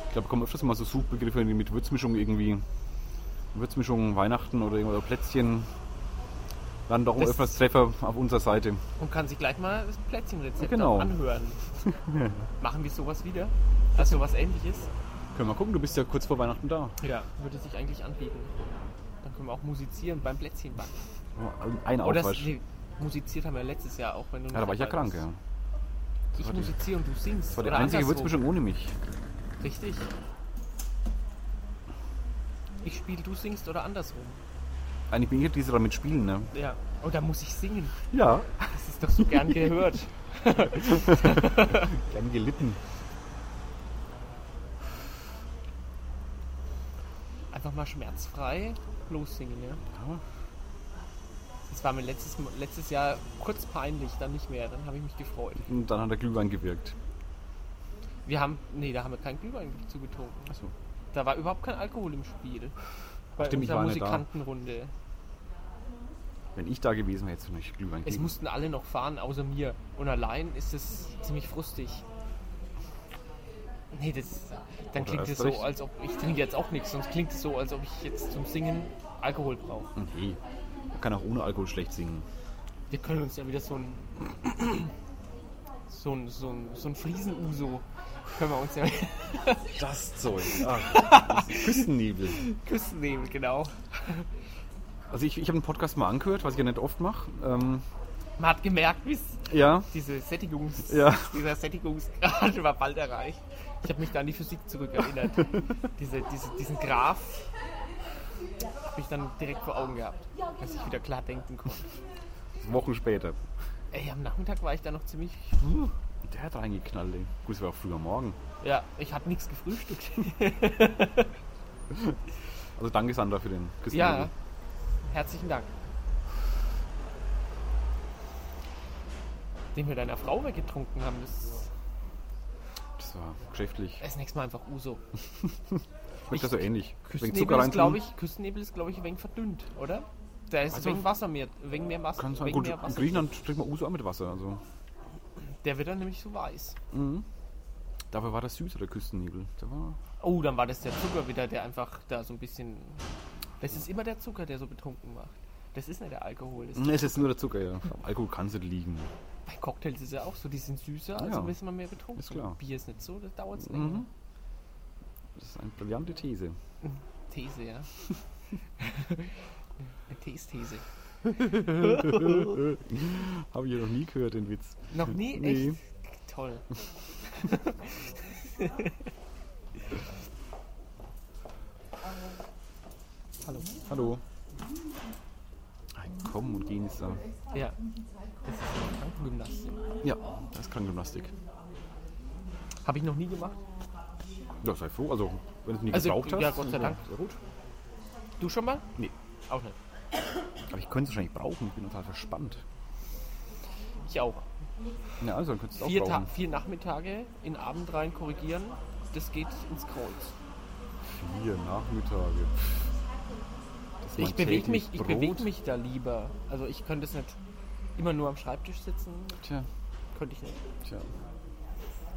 [SPEAKER 1] Ich glaube, kommen öfters mal so Suchbegriffe die mit Würzmischung irgendwie. Würzmischung, Weihnachten oder irgendwas, oder Plätzchen. Dann doch
[SPEAKER 2] Das-
[SPEAKER 1] öfters Treffer auf unserer Seite.
[SPEAKER 2] Und kann sich gleich mal das Plätzchenrezept
[SPEAKER 1] Genau.
[SPEAKER 2] anhören. Machen wir sowas wieder? Also sowas ähnliches?
[SPEAKER 1] Können wir gucken, du bist ja kurz vor Weihnachten da.
[SPEAKER 2] Ja. Würde sich eigentlich anbieten. Dann können wir auch musizieren beim Plätzchenbacken.
[SPEAKER 1] Ein
[SPEAKER 2] Oder das,
[SPEAKER 1] Aufwasch. Ja,
[SPEAKER 2] nee, musiziert haben wir letztes Jahr auch, wenn du
[SPEAKER 1] da war ich ja krank, ja.
[SPEAKER 2] ja.
[SPEAKER 1] Das
[SPEAKER 2] Ich
[SPEAKER 1] war die, das
[SPEAKER 2] musiziere und du singst.
[SPEAKER 1] war die
[SPEAKER 2] oder
[SPEAKER 1] einzige
[SPEAKER 2] andersrum.
[SPEAKER 1] Würzmischung ohne mich.
[SPEAKER 2] Richtig. Ich spiele, du singst oder andersrum.
[SPEAKER 1] Eigentlich bin ich ja dieser damit spielen, ne?
[SPEAKER 2] Ja. Oh, da muss ich singen.
[SPEAKER 1] Ja.
[SPEAKER 2] Das ist doch so gern gehört.
[SPEAKER 1] Gern gelitten.
[SPEAKER 2] Einfach mal schmerzfrei lossingen, ja.
[SPEAKER 1] Ja.
[SPEAKER 2] Das war mir letztes, letztes Jahr kurz peinlich, dann nicht mehr. Dann habe ich mich gefreut.
[SPEAKER 1] Und dann hat der Glühwein gewirkt.
[SPEAKER 2] Wir haben, nee, da haben wir keinen Glühwein zugetrunken.
[SPEAKER 1] Achso.
[SPEAKER 2] Da war überhaupt kein Alkohol im Spiel. Bei
[SPEAKER 1] Stimmt, ich
[SPEAKER 2] unserer
[SPEAKER 1] war nicht da.
[SPEAKER 2] Musikantenrunde.
[SPEAKER 1] Wenn ich da gewesen wäre, hätte es nicht Glühwein
[SPEAKER 2] Es
[SPEAKER 1] gegeben.
[SPEAKER 2] mussten alle noch fahren, außer mir. Und allein ist es ziemlich frustig. Nee, das, dann
[SPEAKER 1] Oder
[SPEAKER 2] klingt
[SPEAKER 1] erst
[SPEAKER 2] es so,
[SPEAKER 1] recht.
[SPEAKER 2] als ob ich trinke jetzt auch nichts, sonst klingt es so, als ob ich jetzt zum Singen Alkohol brauche.
[SPEAKER 1] Nee. Man kann auch ohne Alkohol schlecht singen.
[SPEAKER 2] Wir können uns ja wieder so ein so ein, so ein, so ein Friesen-Uso können wir uns ja
[SPEAKER 1] Das Zeug. Ach, das ist Küstennebel.
[SPEAKER 2] küssen nehmen, genau.
[SPEAKER 1] Also ich, ich habe den Podcast mal angehört, was ich ja nicht oft mache. Ähm,
[SPEAKER 2] Man hat gemerkt, wie
[SPEAKER 1] ja,
[SPEAKER 2] diese Sättigungs
[SPEAKER 1] Ja.
[SPEAKER 2] dieser Sättigungsgrad war bald erreicht. Ich habe mich da an die Physik zurückerinnert. diese, diese, diesen Graph habe ich dann direkt vor Augen gehabt, dass ich wieder klar denken konnte.
[SPEAKER 1] Wochen später.
[SPEAKER 2] Ey, am Nachmittag war ich da noch ziemlich.
[SPEAKER 1] Der hat reingeknallt, ey. Gut, es war auch früher Morgen.
[SPEAKER 2] Ja, ich habe nichts gefrühstückt.
[SPEAKER 1] Also danke Sandra für den
[SPEAKER 2] Ja, herzlichen Dank. Den wir deiner Frau weggetrunken haben, das
[SPEAKER 1] Das war geschäftlich.
[SPEAKER 2] ist nächstes Mal einfach Uso.
[SPEAKER 1] Schmeckt das so ähnlich. Wegen Zucker
[SPEAKER 2] Küstennebel ist,
[SPEAKER 1] rein
[SPEAKER 2] glaube ich, Küstennebel ist, glaube ich, ein wenig verdünnt, oder? Da ist
[SPEAKER 1] Weiß
[SPEAKER 2] wegen
[SPEAKER 1] nicht.
[SPEAKER 2] Wasser mehr, wegen mehr Wasser.
[SPEAKER 1] Also Kann sein.
[SPEAKER 2] wegen
[SPEAKER 1] Gut,
[SPEAKER 2] mehr
[SPEAKER 1] in
[SPEAKER 2] Wasser.
[SPEAKER 1] Griechenland trinkt man Uso auch mit Wasser. Also.
[SPEAKER 2] Der wird dann nämlich so weiß.
[SPEAKER 1] Dafür war das süß, der Küstennebel. Der war
[SPEAKER 2] Oh, dann war das der Zucker wieder, der einfach da so ein bisschen. Das ist immer der Zucker, der so betrunken macht. Das ist nicht der Alkohol. Das
[SPEAKER 1] es ist jetzt nur der Zucker, ja. Am Alkohol kann es nicht liegen.
[SPEAKER 2] Bei Cocktails ist ja auch so, die sind süßer, also
[SPEAKER 1] Ja.
[SPEAKER 2] ein bisschen mehr betrunken.
[SPEAKER 1] Ist klar.
[SPEAKER 2] Bier ist nicht so, das dauert länger.
[SPEAKER 1] Mhm. Das ist eine brillante These.
[SPEAKER 2] These, ja. Eine Tees-These.
[SPEAKER 1] Habe ich ja noch nie gehört, den Witz.
[SPEAKER 2] Noch nie?
[SPEAKER 1] Nee.
[SPEAKER 2] Echt? Toll. Hallo.
[SPEAKER 1] Hallo. Ein Kommen und Gehen ist da.
[SPEAKER 2] Ja. Das ist eine Krankengymnastik.
[SPEAKER 1] Ja, das ist Krankengymnastik.
[SPEAKER 2] Habe ich noch nie gemacht.
[SPEAKER 1] Ja, sei froh. Also, wenn du es nie
[SPEAKER 2] Also,
[SPEAKER 1] gebraucht hast.
[SPEAKER 2] ja, Gott sei Dank.
[SPEAKER 1] Sehr gut.
[SPEAKER 2] Du schon mal?
[SPEAKER 1] Nee.
[SPEAKER 2] Auch nicht.
[SPEAKER 1] Aber ich könnte es wahrscheinlich brauchen. Ich bin total verspannt.
[SPEAKER 2] Ich auch.
[SPEAKER 1] Ja, also, dann könntest du es
[SPEAKER 2] Vier,
[SPEAKER 1] auch
[SPEAKER 2] Ta
[SPEAKER 1] brauchen.
[SPEAKER 2] vier Nachmittage in Abend rein korrigieren, das geht ins Kreuz.
[SPEAKER 1] Vier Nachmittage. Das ist
[SPEAKER 2] Ich
[SPEAKER 1] mein täglich
[SPEAKER 2] bewege mich, ich
[SPEAKER 1] Brot.
[SPEAKER 2] beweg mich da lieber. Also ich könnte es nicht immer nur am Schreibtisch sitzen,
[SPEAKER 1] Tja,
[SPEAKER 2] könnte ich nicht.
[SPEAKER 1] tja.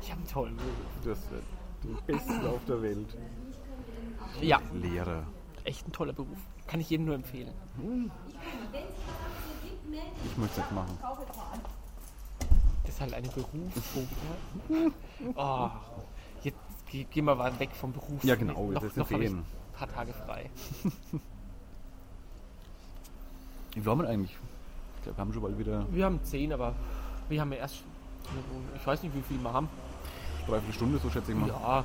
[SPEAKER 2] Ich habe einen tollen Möbel.
[SPEAKER 1] Das wird die Beste auf der Welt.
[SPEAKER 2] Ja,
[SPEAKER 1] Lehrer.
[SPEAKER 2] echt ein toller Beruf. Kann ich jedem nur empfehlen.
[SPEAKER 1] Ich möchte es nicht machen.
[SPEAKER 2] Das ist halt eine Berufung. ne? oh, jetzt ge- gehen wir mal weg vom Beruf.
[SPEAKER 1] Ja, genau,
[SPEAKER 2] Noch,
[SPEAKER 1] jetzt ist
[SPEAKER 2] noch habe ich
[SPEAKER 1] Ferien.
[SPEAKER 2] ein paar Tage frei.
[SPEAKER 1] Wie war man eigentlich? Ich glaube, wir haben schon bald wieder
[SPEAKER 2] Wir haben zehn, aber wir haben ja erst, ich weiß nicht, wie viel wir haben.
[SPEAKER 1] eine Dreiviertelstunde, so schätze ich mal.
[SPEAKER 2] Ja.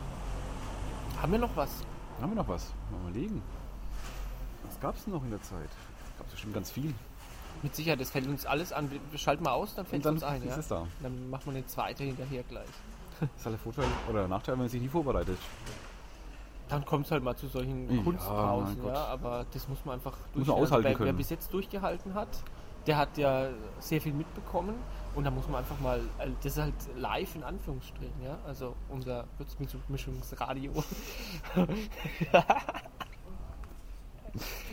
[SPEAKER 2] Haben wir noch was?
[SPEAKER 1] Haben wir noch was? Mal überlegen. Was gab es denn noch in der Zeit? Gab es bestimmt ganz viel.
[SPEAKER 2] Mit Sicherheit, das fällt uns alles an. Wir- Wir schalten mal aus, dann fällt
[SPEAKER 1] Und dann
[SPEAKER 2] uns ein.
[SPEAKER 1] ist
[SPEAKER 2] ja?
[SPEAKER 1] es da.
[SPEAKER 2] Dann machen wir eine zweite hinterher gleich.
[SPEAKER 1] Das ist halt der Vorteil oder der Nachteil, wenn man sich nie vorbereitet.
[SPEAKER 2] Dann kommt es halt mal zu solchen
[SPEAKER 1] Ja,
[SPEAKER 2] Kunstpausen,
[SPEAKER 1] mein Gott.
[SPEAKER 2] ja, aber das muss man einfach
[SPEAKER 1] Muss man
[SPEAKER 2] durchhalten.
[SPEAKER 1] aushalten
[SPEAKER 2] wer, Wer
[SPEAKER 1] können.
[SPEAKER 2] bis jetzt durchgehalten hat, der hat ja sehr viel mitbekommen und da muss man einfach mal, also das ist halt live in Anführungsstrichen, ja, also unser Würzmischungsradio.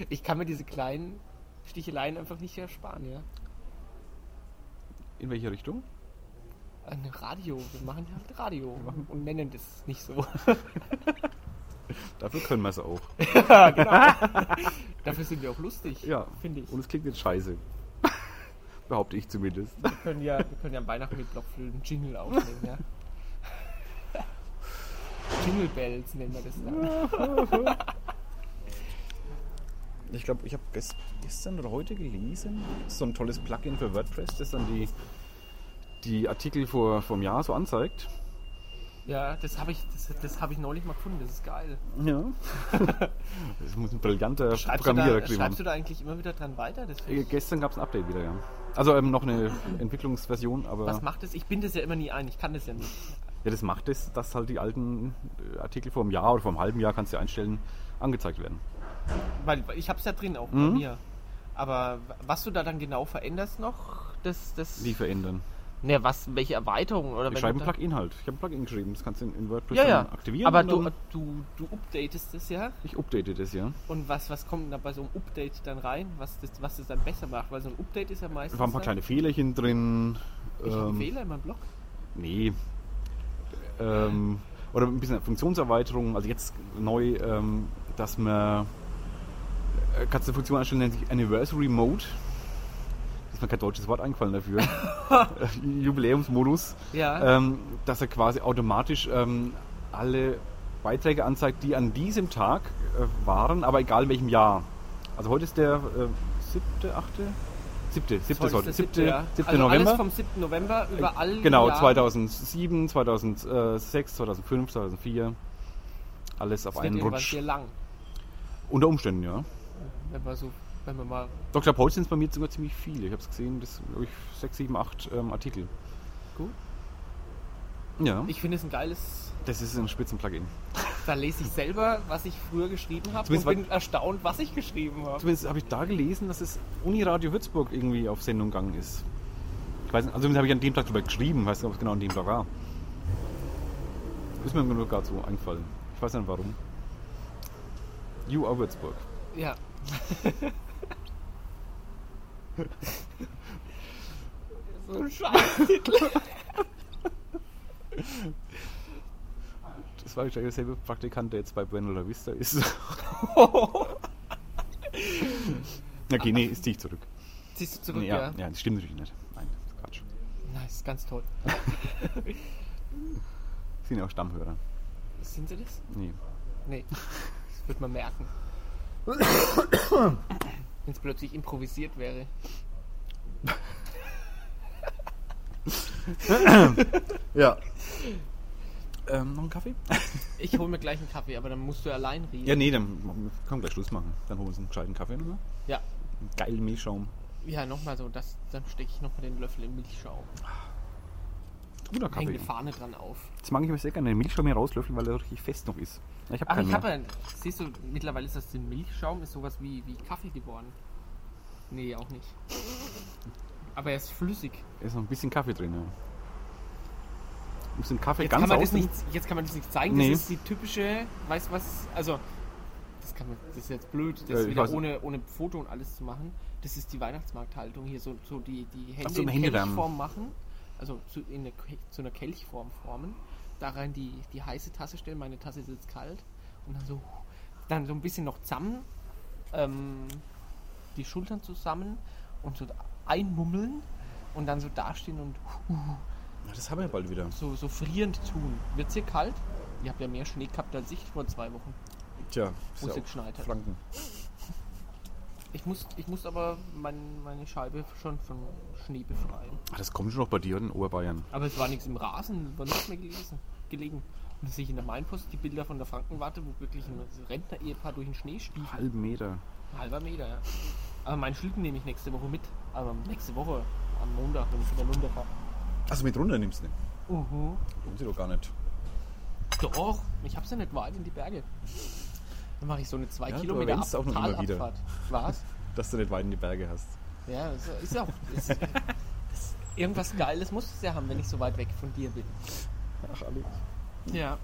[SPEAKER 2] ich kann mir diese kleinen Sticheleien einfach nicht ersparen, ja.
[SPEAKER 1] In welche Richtung?
[SPEAKER 2] Ein Radio, wir machen halt Radio und nennen das nicht so.
[SPEAKER 1] Dafür können wir es auch.
[SPEAKER 2] Dafür sind wir auch lustig,
[SPEAKER 1] Ja.
[SPEAKER 2] finde ich.
[SPEAKER 1] Und es klingt jetzt scheiße. Behaupte ich zumindest.
[SPEAKER 2] Wir können ja, wir können ja am Weihnachten mit Blockflöten Jingle aufnehmen, ja. Jingle Bells nennen wir das dann.
[SPEAKER 1] Ich glaube, ich habe gestern oder heute gelesen, so ein tolles Plugin für WordPress, das dann die, die Artikel vor, vom Jahr so anzeigt.
[SPEAKER 2] Ja, das habe ich, das, das hab ich neulich mal gefunden, das ist geil.
[SPEAKER 1] Ja. das muss ein brillanter
[SPEAKER 2] Schreibst du,
[SPEAKER 1] Programmierer
[SPEAKER 2] da,
[SPEAKER 1] gewesen
[SPEAKER 2] schreibst
[SPEAKER 1] haben.
[SPEAKER 2] du da eigentlich immer wieder dran weiter? Das,
[SPEAKER 1] Äh, Gestern gab es ein Update wieder, ja. Also ähm, noch eine Entwicklungsversion, aber
[SPEAKER 2] was macht das? Ich bin das ja immer nie ein, ich kann das ja nicht.
[SPEAKER 1] ja, das macht es, dass halt die alten äh, Artikel vor einem Jahr oder vor einem halben Jahr, kannst du einstellen, angezeigt werden.
[SPEAKER 2] Weil weil ich habe es ja drin auch bei mir. Aber was du da dann genau veränderst noch, das, das.
[SPEAKER 1] Die verändern.
[SPEAKER 2] Ne, was, welche Erweiterung oder
[SPEAKER 1] Ich
[SPEAKER 2] wenn
[SPEAKER 1] schreibe
[SPEAKER 2] du
[SPEAKER 1] ein
[SPEAKER 2] da-
[SPEAKER 1] Plugin halt. Ich habe ein Plugin geschrieben, das kannst du in, in WordPress
[SPEAKER 2] Ja,
[SPEAKER 1] dann
[SPEAKER 2] ja.
[SPEAKER 1] aktivieren.
[SPEAKER 2] Aber
[SPEAKER 1] und
[SPEAKER 2] du,
[SPEAKER 1] dann-
[SPEAKER 2] du, du updatest das ja.
[SPEAKER 1] Ich update das, ja.
[SPEAKER 2] Und was, was kommt denn da bei so einem Update dann rein, was das, was das dann besser macht? Weil so ein Update ist ja meistens.
[SPEAKER 1] Da waren ein paar
[SPEAKER 2] dann-
[SPEAKER 1] kleine Fehlerchen drin.
[SPEAKER 2] Ich hab einen
[SPEAKER 1] ähm,
[SPEAKER 2] Fehler in meinem Blog.
[SPEAKER 1] Nee. Ähm, oder ein bisschen Funktionserweiterung. Also jetzt neu, ähm, dass man. äh, Kannst du eine Funktion einstellen, nennt sich Anniversary Mode. Ist mir kein deutsches Wort eingefallen dafür. Äh, Jubiläumsmodus.
[SPEAKER 2] Ja.
[SPEAKER 1] Ähm, dass er quasi automatisch ähm, alle Beiträge anzeigt, die an diesem Tag äh, waren, aber egal in welchem Jahr. Also heute ist der äh, siebte, achte? Siebte, siebte,
[SPEAKER 2] Heute
[SPEAKER 1] heute.
[SPEAKER 2] ist der
[SPEAKER 1] siebte,
[SPEAKER 2] ja.
[SPEAKER 1] siebte
[SPEAKER 2] also
[SPEAKER 1] November.
[SPEAKER 2] Alles vom 7. November über alle.
[SPEAKER 1] Genau,
[SPEAKER 2] Jahre.
[SPEAKER 1] 2007, 2006, 2005, 2004. Alles auf
[SPEAKER 2] Das wird
[SPEAKER 1] einen
[SPEAKER 2] irgendwann
[SPEAKER 1] Rutsch.
[SPEAKER 2] sehr lang.
[SPEAKER 1] Unter Umständen, ja.
[SPEAKER 2] Wenn wir so, wenn wir mal.
[SPEAKER 1] Dr. Paul sind es bei mir sogar ziemlich viele. Ich habe es gesehen, das glaub ich, 6, 7, 8 ähm, Artikel.
[SPEAKER 2] Gut.
[SPEAKER 1] Ja,
[SPEAKER 2] Ich finde es ein geiles.
[SPEAKER 1] das ist ein Spitzenplugin.
[SPEAKER 2] Da lese ich selber, was ich früher geschrieben habe und
[SPEAKER 1] Zumindest
[SPEAKER 2] bin erstaunt, was ich geschrieben habe.
[SPEAKER 1] Zumindest habe ich da gelesen, dass es Uniradio Würzburg irgendwie auf Sendung gegangen ist. Ich weiß nicht, also zumindest habe ich an dem Tag drüber geschrieben, ich weiß nicht, ob es genau an dem Tag war. Ist mir nur gerade so eingefallen. Ich weiß nicht warum. You are Würzburg.
[SPEAKER 2] Ja. so ein Scheiß.
[SPEAKER 1] Das war wahrscheinlich derselbe Praktikant, der jetzt bei Buena La Vista ist. okay, nee, ist dich zurück.
[SPEAKER 2] Ziehst du zurück,
[SPEAKER 1] Nee, ja,
[SPEAKER 2] ja.
[SPEAKER 1] ja. das stimmt natürlich nicht. Nein, das ist Quatsch.
[SPEAKER 2] Nice, ganz toll.
[SPEAKER 1] Das sind ja auch Stammhörer.
[SPEAKER 2] Sind sie das?
[SPEAKER 1] Nee.
[SPEAKER 2] Nee, das wird man merken. Wenn es plötzlich improvisiert wäre.
[SPEAKER 1] Ja. Ähm, noch einen Kaffee?
[SPEAKER 2] Ich hole mir gleich einen Kaffee, aber dann musst du allein reden.
[SPEAKER 1] Ja, nee, dann machen wir- können wir gleich Schluss machen. Dann holen wir uns einen gescheiten Kaffee nochmal.
[SPEAKER 2] Ja,
[SPEAKER 1] Geil Milchschaum.
[SPEAKER 2] ja nochmal so, das, dann stecke ich nochmal den Löffel in Milchschaum.
[SPEAKER 1] Guter
[SPEAKER 2] Hänge
[SPEAKER 1] Kaffee.
[SPEAKER 2] eine Fahne dran auf.
[SPEAKER 1] Jetzt mag ich mir sehr gerne den Milchschaum hier rauslöffeln, weil er richtig fest noch ist. Ich habe
[SPEAKER 2] Ach,
[SPEAKER 1] keinen
[SPEAKER 2] ich habe
[SPEAKER 1] mehr.
[SPEAKER 2] ja, siehst du, mittlerweile ist das der Milchschaum, ist sowas wie, wie Kaffee geworden. Nee, auch nicht. Aber er ist flüssig.
[SPEAKER 1] Ist noch ein bisschen Kaffee drin. Ja. Muss den Kaffee
[SPEAKER 2] Jetzt
[SPEAKER 1] ganz
[SPEAKER 2] kann, man das
[SPEAKER 1] außen-
[SPEAKER 2] nicht, jetzt kann man das nicht zeigen,
[SPEAKER 1] Nee.
[SPEAKER 2] das ist die typische, weißt du was, also, das, kann man, das ist jetzt blöd,
[SPEAKER 1] Ja,
[SPEAKER 2] das
[SPEAKER 1] ich weiß
[SPEAKER 2] wieder
[SPEAKER 1] nicht.
[SPEAKER 2] ohne, ohne Foto und alles zu machen. Das ist die Weihnachtsmarkthaltung hier, so, so die, die Hände
[SPEAKER 1] so,
[SPEAKER 2] in
[SPEAKER 1] im Händedarm.
[SPEAKER 2] Kelchform machen, also zu, in eine, Ke- zu einer Kelchform formen, da rein die, die heiße Tasse stellen, meine Tasse ist jetzt kalt und dann so, dann so ein bisschen noch zusammen, ähm, die Schultern zusammen und so einmummeln und dann so dastehen und
[SPEAKER 1] Ja, das haben wir ja bald wieder.
[SPEAKER 2] so, so frierend tun. Wird's hier kalt? Ihr habt ja mehr Schnee gehabt als ich vor zwei Wochen,
[SPEAKER 1] Tja,
[SPEAKER 2] wo es
[SPEAKER 1] ja
[SPEAKER 2] hier geschneit
[SPEAKER 1] auch
[SPEAKER 2] hat.
[SPEAKER 1] Franken.
[SPEAKER 2] Ich muss, ich muss aber mein, meine Scheibe schon von Schnee befreien.
[SPEAKER 1] Ah, das kommt schon noch bei dir in Oberbayern.
[SPEAKER 2] Aber es war nichts im Rasen, war nichts mehr gelesen, gelegen. Und sehe ich in der Mainpost die Bilder von der Frankenwarte, wo wirklich ein Rentner-Ehepaar durch den Schnee stiefelt.
[SPEAKER 1] Halben Meter.
[SPEAKER 2] Ein halber Meter, ja. Aber meinen Schlitten nehme ich nächste Woche mit. Aber nächste Woche, am Montag, wenn ich wieder runterfahre.
[SPEAKER 1] Also mit runter nimmst du nicht.
[SPEAKER 2] Mhm.
[SPEAKER 1] Tun sie doch gar nicht.
[SPEAKER 2] Doch, ich hab's ja nicht weit in die Berge. Dann mache ich so eine 2
[SPEAKER 1] Ja, du
[SPEAKER 2] Kilometer
[SPEAKER 1] erwähnst
[SPEAKER 2] Ab
[SPEAKER 1] es auch nur immer wieder.
[SPEAKER 2] Talabfahrt. Was?
[SPEAKER 1] Dass du nicht weit in die Berge hast.
[SPEAKER 2] Ja, das ist ja auch. Ist, ist, irgendwas Geiles muss es ja haben, wenn ich so weit weg von dir bin.
[SPEAKER 1] Ach, Alex.
[SPEAKER 2] Ja.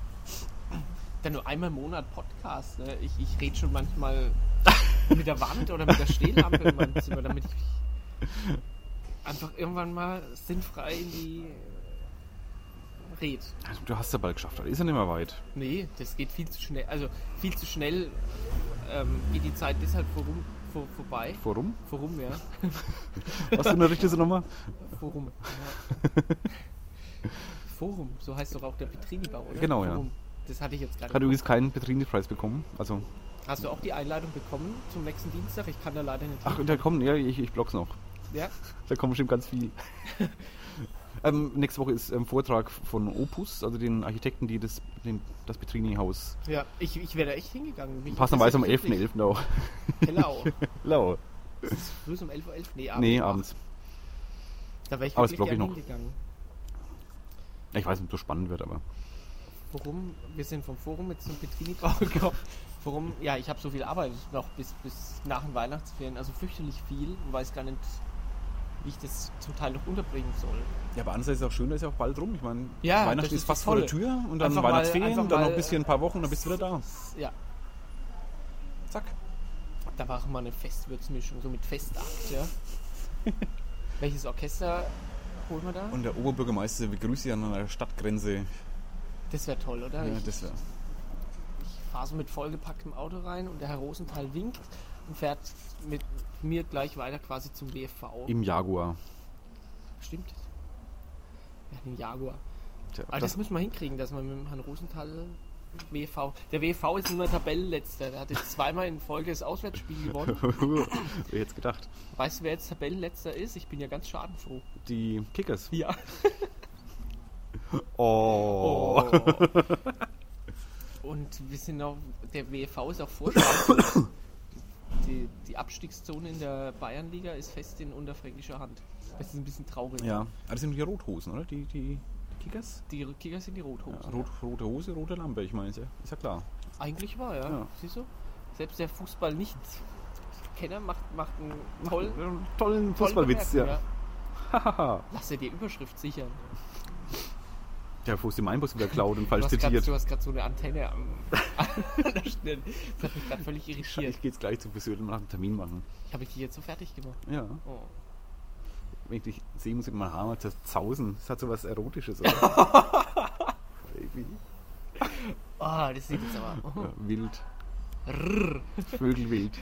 [SPEAKER 2] Dann nur einmal im Monat Podcast. Ne? Ich, ich rede schon manchmal mit der Wand oder mit der Stehlampe in meinem Zimmer, damit ich einfach irgendwann mal sinnfrei in die äh, red.
[SPEAKER 1] Also, du hast ja bald geschafft. Alter. Ist ja nicht mehr weit.
[SPEAKER 2] Nee, das geht viel zu schnell. Also viel zu schnell ähm, geht die Zeit deshalb vorum, vor, vorbei.
[SPEAKER 1] Warum?
[SPEAKER 2] Vorum, ja.
[SPEAKER 1] Was für eine richtige Nummer?
[SPEAKER 2] Forum. Ja. Forum, so heißt doch auch der Petrinibau, oder?
[SPEAKER 1] Genau, ja.
[SPEAKER 2] Forum. Das hatte ich jetzt
[SPEAKER 1] Hat
[SPEAKER 2] gerade.
[SPEAKER 1] übrigens keinen Betriebspreis bekommen. Also,
[SPEAKER 2] Hast du auch die Einladung bekommen zum nächsten Dienstag? Ich kann da leider nicht.
[SPEAKER 1] ach, da kommen, ja, ich, ich block's noch.
[SPEAKER 2] Ja?
[SPEAKER 1] Da kommen bestimmt ganz viel. ähm, nächste Woche ist ähm, Vortrag von Opus, also den Architekten, die das, den, das Petrini-Haus.
[SPEAKER 2] Ja, ich, ich wäre da echt hingegangen. Mich
[SPEAKER 1] Passenderweise am um
[SPEAKER 2] interessiert wirklich.
[SPEAKER 1] 11.11. auch.
[SPEAKER 2] Hello.
[SPEAKER 1] Lau.
[SPEAKER 2] Früh um 11.11 Uhr? Nee, abends.
[SPEAKER 1] Nee, abends.
[SPEAKER 2] Da wäre ich
[SPEAKER 1] Aber das
[SPEAKER 2] wirklich
[SPEAKER 1] block ich
[SPEAKER 2] gern
[SPEAKER 1] noch.
[SPEAKER 2] hingegangen.
[SPEAKER 1] Ich weiß nicht, ob das spannend wird, aber.
[SPEAKER 2] Warum? Wir sind vom Forum jetzt zum Petrinibau gekommen. Warum? Ja, ich habe so viel Arbeit noch bis, bis nach den Weihnachtsferien. Also fürchterlich viel und weiß gar nicht, wie ich das zum Teil noch unterbringen soll.
[SPEAKER 1] Ja, aber andererseits ist es auch schön, da ist ja auch bald rum. Ich meine,
[SPEAKER 2] Ja, das
[SPEAKER 1] Weihnachten
[SPEAKER 2] ist
[SPEAKER 1] ist fast
[SPEAKER 2] das
[SPEAKER 1] vor der
[SPEAKER 2] Tolle.
[SPEAKER 1] Tür und dann
[SPEAKER 2] Einfach mal-
[SPEAKER 1] Weihnachtsferien,
[SPEAKER 2] einfach
[SPEAKER 1] dann noch
[SPEAKER 2] mal-
[SPEAKER 1] ein bisschen, ein paar Wochen, dann bist du wieder da.
[SPEAKER 2] Ja,
[SPEAKER 1] Zack.
[SPEAKER 2] Da war auch mal eine Festwürzmischung, so mit Festakt, ja. Welches Orchester holen wir da?
[SPEAKER 1] Und der Oberbürgermeister begrüßt sie an einer Stadtgrenze.
[SPEAKER 2] das wäre toll, oder?
[SPEAKER 1] Ja,
[SPEAKER 2] ich
[SPEAKER 1] das wäre.
[SPEAKER 2] ich fahre so mit vollgepacktem Auto rein und der Herr Rosenthal winkt und fährt mit mir gleich weiter quasi zum WFV.
[SPEAKER 1] Im Jaguar.
[SPEAKER 2] Stimmt. Ja, den Jaguar.
[SPEAKER 1] Tja,
[SPEAKER 2] Aber das, müssen wir hinkriegen, dass man mit dem Herrn Rosenthal WFV. Der WFV ist nur Tabellenletzter. Der hat jetzt zweimal in Folge das Auswärtsspiel gewonnen.
[SPEAKER 1] Wer jetzt gedacht.
[SPEAKER 2] Weißt du, wer jetzt Tabellenletzter ist? Ich bin ja ganz schadenfroh.
[SPEAKER 1] Die Kickers.
[SPEAKER 2] Ja.
[SPEAKER 1] Oh.
[SPEAKER 2] Und wir sind auch, der WFV ist auch Vorstand. die, die Abstiegszone in der Bayernliga ist fest in unterfränkischer Hand. Das ist ein bisschen traurig.
[SPEAKER 1] Ja, aber das sind die Rothosen, oder? Die, die Rückkickers?
[SPEAKER 2] Die Rückkehrer sind die Rothosen.
[SPEAKER 1] Ja, rot, rote Hose, rote Lampe, ich meine, ist ja, ist ja klar.
[SPEAKER 2] Eigentlich war, ja.
[SPEAKER 1] Ja.
[SPEAKER 2] Siehst du? Selbst der Fußball nicht Kenner macht, macht einen tollen, tollen
[SPEAKER 1] Tollen Fußballwitz,
[SPEAKER 2] Bemerkung,
[SPEAKER 1] ja. Hahaha.
[SPEAKER 2] Lass dir die Überschrift sichern.
[SPEAKER 1] Der Fuß den Einbus wieder klaut und falsch
[SPEAKER 2] du hast grad-
[SPEAKER 1] zitiert.
[SPEAKER 2] du hast gerade so eine Antenne am, an der Stirn. Das hat mich gerade völlig irritiert.
[SPEAKER 1] Ich geht's gleich zu Friseur und nach dem Termin machen.
[SPEAKER 2] Habe ich dich jetzt so fertig gemacht?
[SPEAKER 1] Ja.
[SPEAKER 2] Oh.
[SPEAKER 1] Wenn ich dich sehe, muss ich mein Haar mal zerzausen. Das hat so was Erotisches, oder? Baby.
[SPEAKER 2] Ah, das sieht jetzt aber.
[SPEAKER 1] Ja, wild. Vögelwild.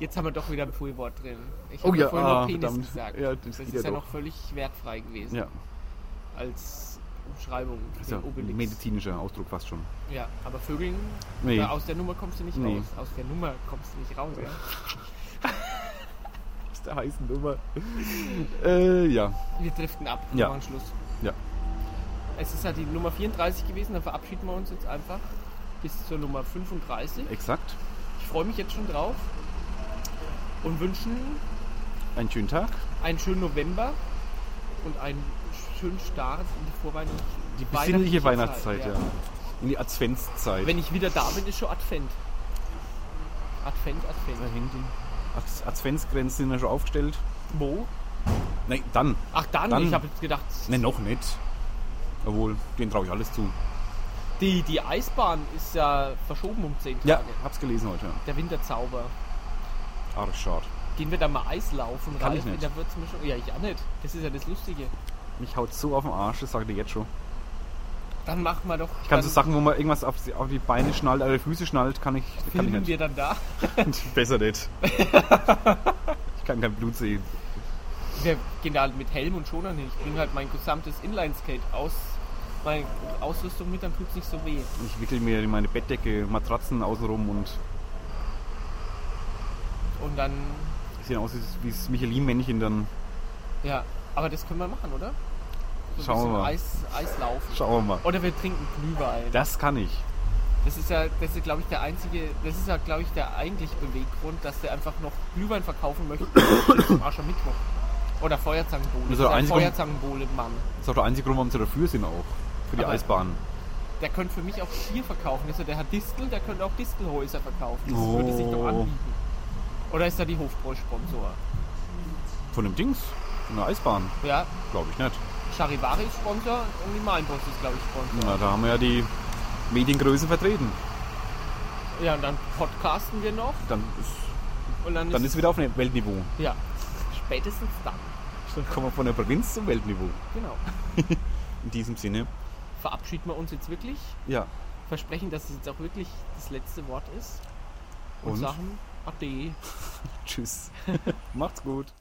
[SPEAKER 2] Jetzt haben wir doch wieder ein Pulwort drin. Ich
[SPEAKER 1] Oh
[SPEAKER 2] habe
[SPEAKER 1] ja,
[SPEAKER 2] vorhin
[SPEAKER 1] ah,
[SPEAKER 2] noch Penis
[SPEAKER 1] verdammt.
[SPEAKER 2] gesagt.
[SPEAKER 1] Ja, das
[SPEAKER 2] das
[SPEAKER 1] geht
[SPEAKER 2] ist
[SPEAKER 1] ja
[SPEAKER 2] ja,
[SPEAKER 1] doch.
[SPEAKER 2] noch völlig wertfrei gewesen
[SPEAKER 1] Ja,
[SPEAKER 2] als Umschreibung
[SPEAKER 1] das ist
[SPEAKER 2] für
[SPEAKER 1] ja
[SPEAKER 2] Obelix.
[SPEAKER 1] medizinischer Ausdruck fast schon.
[SPEAKER 2] Ja, aber Vögeln,
[SPEAKER 1] Nee.
[SPEAKER 2] da aus der Nummer kommst du nicht
[SPEAKER 1] Nee.
[SPEAKER 2] raus. Aus der Nummer kommst du nicht raus. Ja?
[SPEAKER 1] Das ist der heißen Nummer. äh, ja.
[SPEAKER 2] Wir driften ab. Wir
[SPEAKER 1] Ja.
[SPEAKER 2] machen Schluss.
[SPEAKER 1] Ja.
[SPEAKER 2] Es ist ja die Nummer 34 gewesen, dann verabschieden wir uns jetzt einfach bis zur Nummer 35.
[SPEAKER 1] Exakt.
[SPEAKER 2] Ich freue mich jetzt schon drauf und wünschen
[SPEAKER 1] Einen schönen Tag.
[SPEAKER 2] einen schönen November und einen schönen Start in die Vorweihnachtszeit. Die
[SPEAKER 1] Besinnliche Weihnachtszeit, ja. In die Adventszeit.
[SPEAKER 2] Wenn ich wieder da bin, ist schon Advent. Advent,
[SPEAKER 1] Da
[SPEAKER 2] Advent.
[SPEAKER 1] hängt die Ad- Adventsgrenzen sind ja schon aufgestellt.
[SPEAKER 2] Wo?
[SPEAKER 1] Nein, dann.
[SPEAKER 2] Ach dann,
[SPEAKER 1] Dann-
[SPEAKER 2] ich habe jetzt gedacht,
[SPEAKER 1] Nein, noch nicht. Obwohl, denen traue ich alles zu.
[SPEAKER 2] die, die Eisbahn ist ja verschoben um 10 Tage.
[SPEAKER 1] Ja, hab's gelesen heute. ja.
[SPEAKER 2] Der Winterzauber.
[SPEAKER 1] Arschart.
[SPEAKER 2] Gehen wir da mal Eis laufen,
[SPEAKER 1] Kann ich
[SPEAKER 2] Ralf,
[SPEAKER 1] nicht.
[SPEAKER 2] Da wird's mir schon. Ja, ich auch nicht. Das ist ja das Lustige.
[SPEAKER 1] Mich haut so auf den Arsch, das sage ich dir jetzt schon.
[SPEAKER 2] Dann machen wir doch.
[SPEAKER 1] Ich kann
[SPEAKER 2] dann
[SPEAKER 1] so Sachen, wo man irgendwas auf die, auf die Beine schnallt, oder die Füße schnallt, kann ich, kann ich
[SPEAKER 2] Filmen
[SPEAKER 1] nicht.
[SPEAKER 2] wir dann da.
[SPEAKER 1] Besser nicht. ich kann kein Blut sehen.
[SPEAKER 2] Wir gehen da halt mit Helm und Schonern hin. Ich bringe halt mein gesamtes Inlineskate aus. Meine Ausrüstung mit, dann tut's nicht so weh.
[SPEAKER 1] Ich wickel mir meine Bettdecke, Matratzen außenrum und
[SPEAKER 2] Und dann.
[SPEAKER 1] sehen aus wie das Michelin-Männchen dann.
[SPEAKER 2] Ja, aber das können wir machen, oder? So
[SPEAKER 1] Schauen wir mal.
[SPEAKER 2] ein bisschen Eis, Eislaufen.
[SPEAKER 1] Schauen wir mal.
[SPEAKER 2] Oder wir trinken Glühwein.
[SPEAKER 1] Das kann ich.
[SPEAKER 2] Das ist ja, das ist, glaube ich, der einzige, das ist ja, glaube ich, der eigentliche Beweggrund, dass der einfach noch Glühwein verkaufen möchte am Aschermittwoch. Oder Feuerzangenbowle.
[SPEAKER 1] Das
[SPEAKER 2] Das
[SPEAKER 1] ist
[SPEAKER 2] ist
[SPEAKER 1] der
[SPEAKER 2] ein
[SPEAKER 1] einzige-
[SPEAKER 2] Feuerzangenbowle-Mann.
[SPEAKER 1] Das ist auch der einzige Grund, warum sie dafür sind auch. Für die
[SPEAKER 2] Aber-
[SPEAKER 1] Eisbahn.
[SPEAKER 2] Der könnte für mich auch Bier verkaufen. Also der hat Distel, der könnte auch Distelhäuser verkaufen. Das
[SPEAKER 1] Oh.
[SPEAKER 2] würde sich doch anbieten. Oder ist da die Hofbräu-Sponsor?
[SPEAKER 1] Von dem Dings? Von der Eisbahn?
[SPEAKER 2] Ja,
[SPEAKER 1] Glaube ich nicht.
[SPEAKER 2] Charivari ist Sponsor und die Mainpost ist, glaube ich, Sponsor.
[SPEAKER 1] Na, da haben wir ja die Mediengrößen vertreten.
[SPEAKER 2] Ja, und dann podcasten wir noch
[SPEAKER 1] Dann ist,
[SPEAKER 2] und dann,
[SPEAKER 1] dann ist wieder auf einem Weltniveau.
[SPEAKER 2] Ja, spätestens dann.
[SPEAKER 1] Dann kommen wir von der Provinz zum Weltniveau.
[SPEAKER 2] Genau.
[SPEAKER 1] In diesem Sinne.
[SPEAKER 2] Verabschieden wir uns jetzt wirklich.
[SPEAKER 1] Ja.
[SPEAKER 2] versprechen, dass es jetzt auch wirklich das letzte Wort ist. Und,
[SPEAKER 1] Und?
[SPEAKER 2] sagen Ade.
[SPEAKER 1] Tschüss. Macht's gut.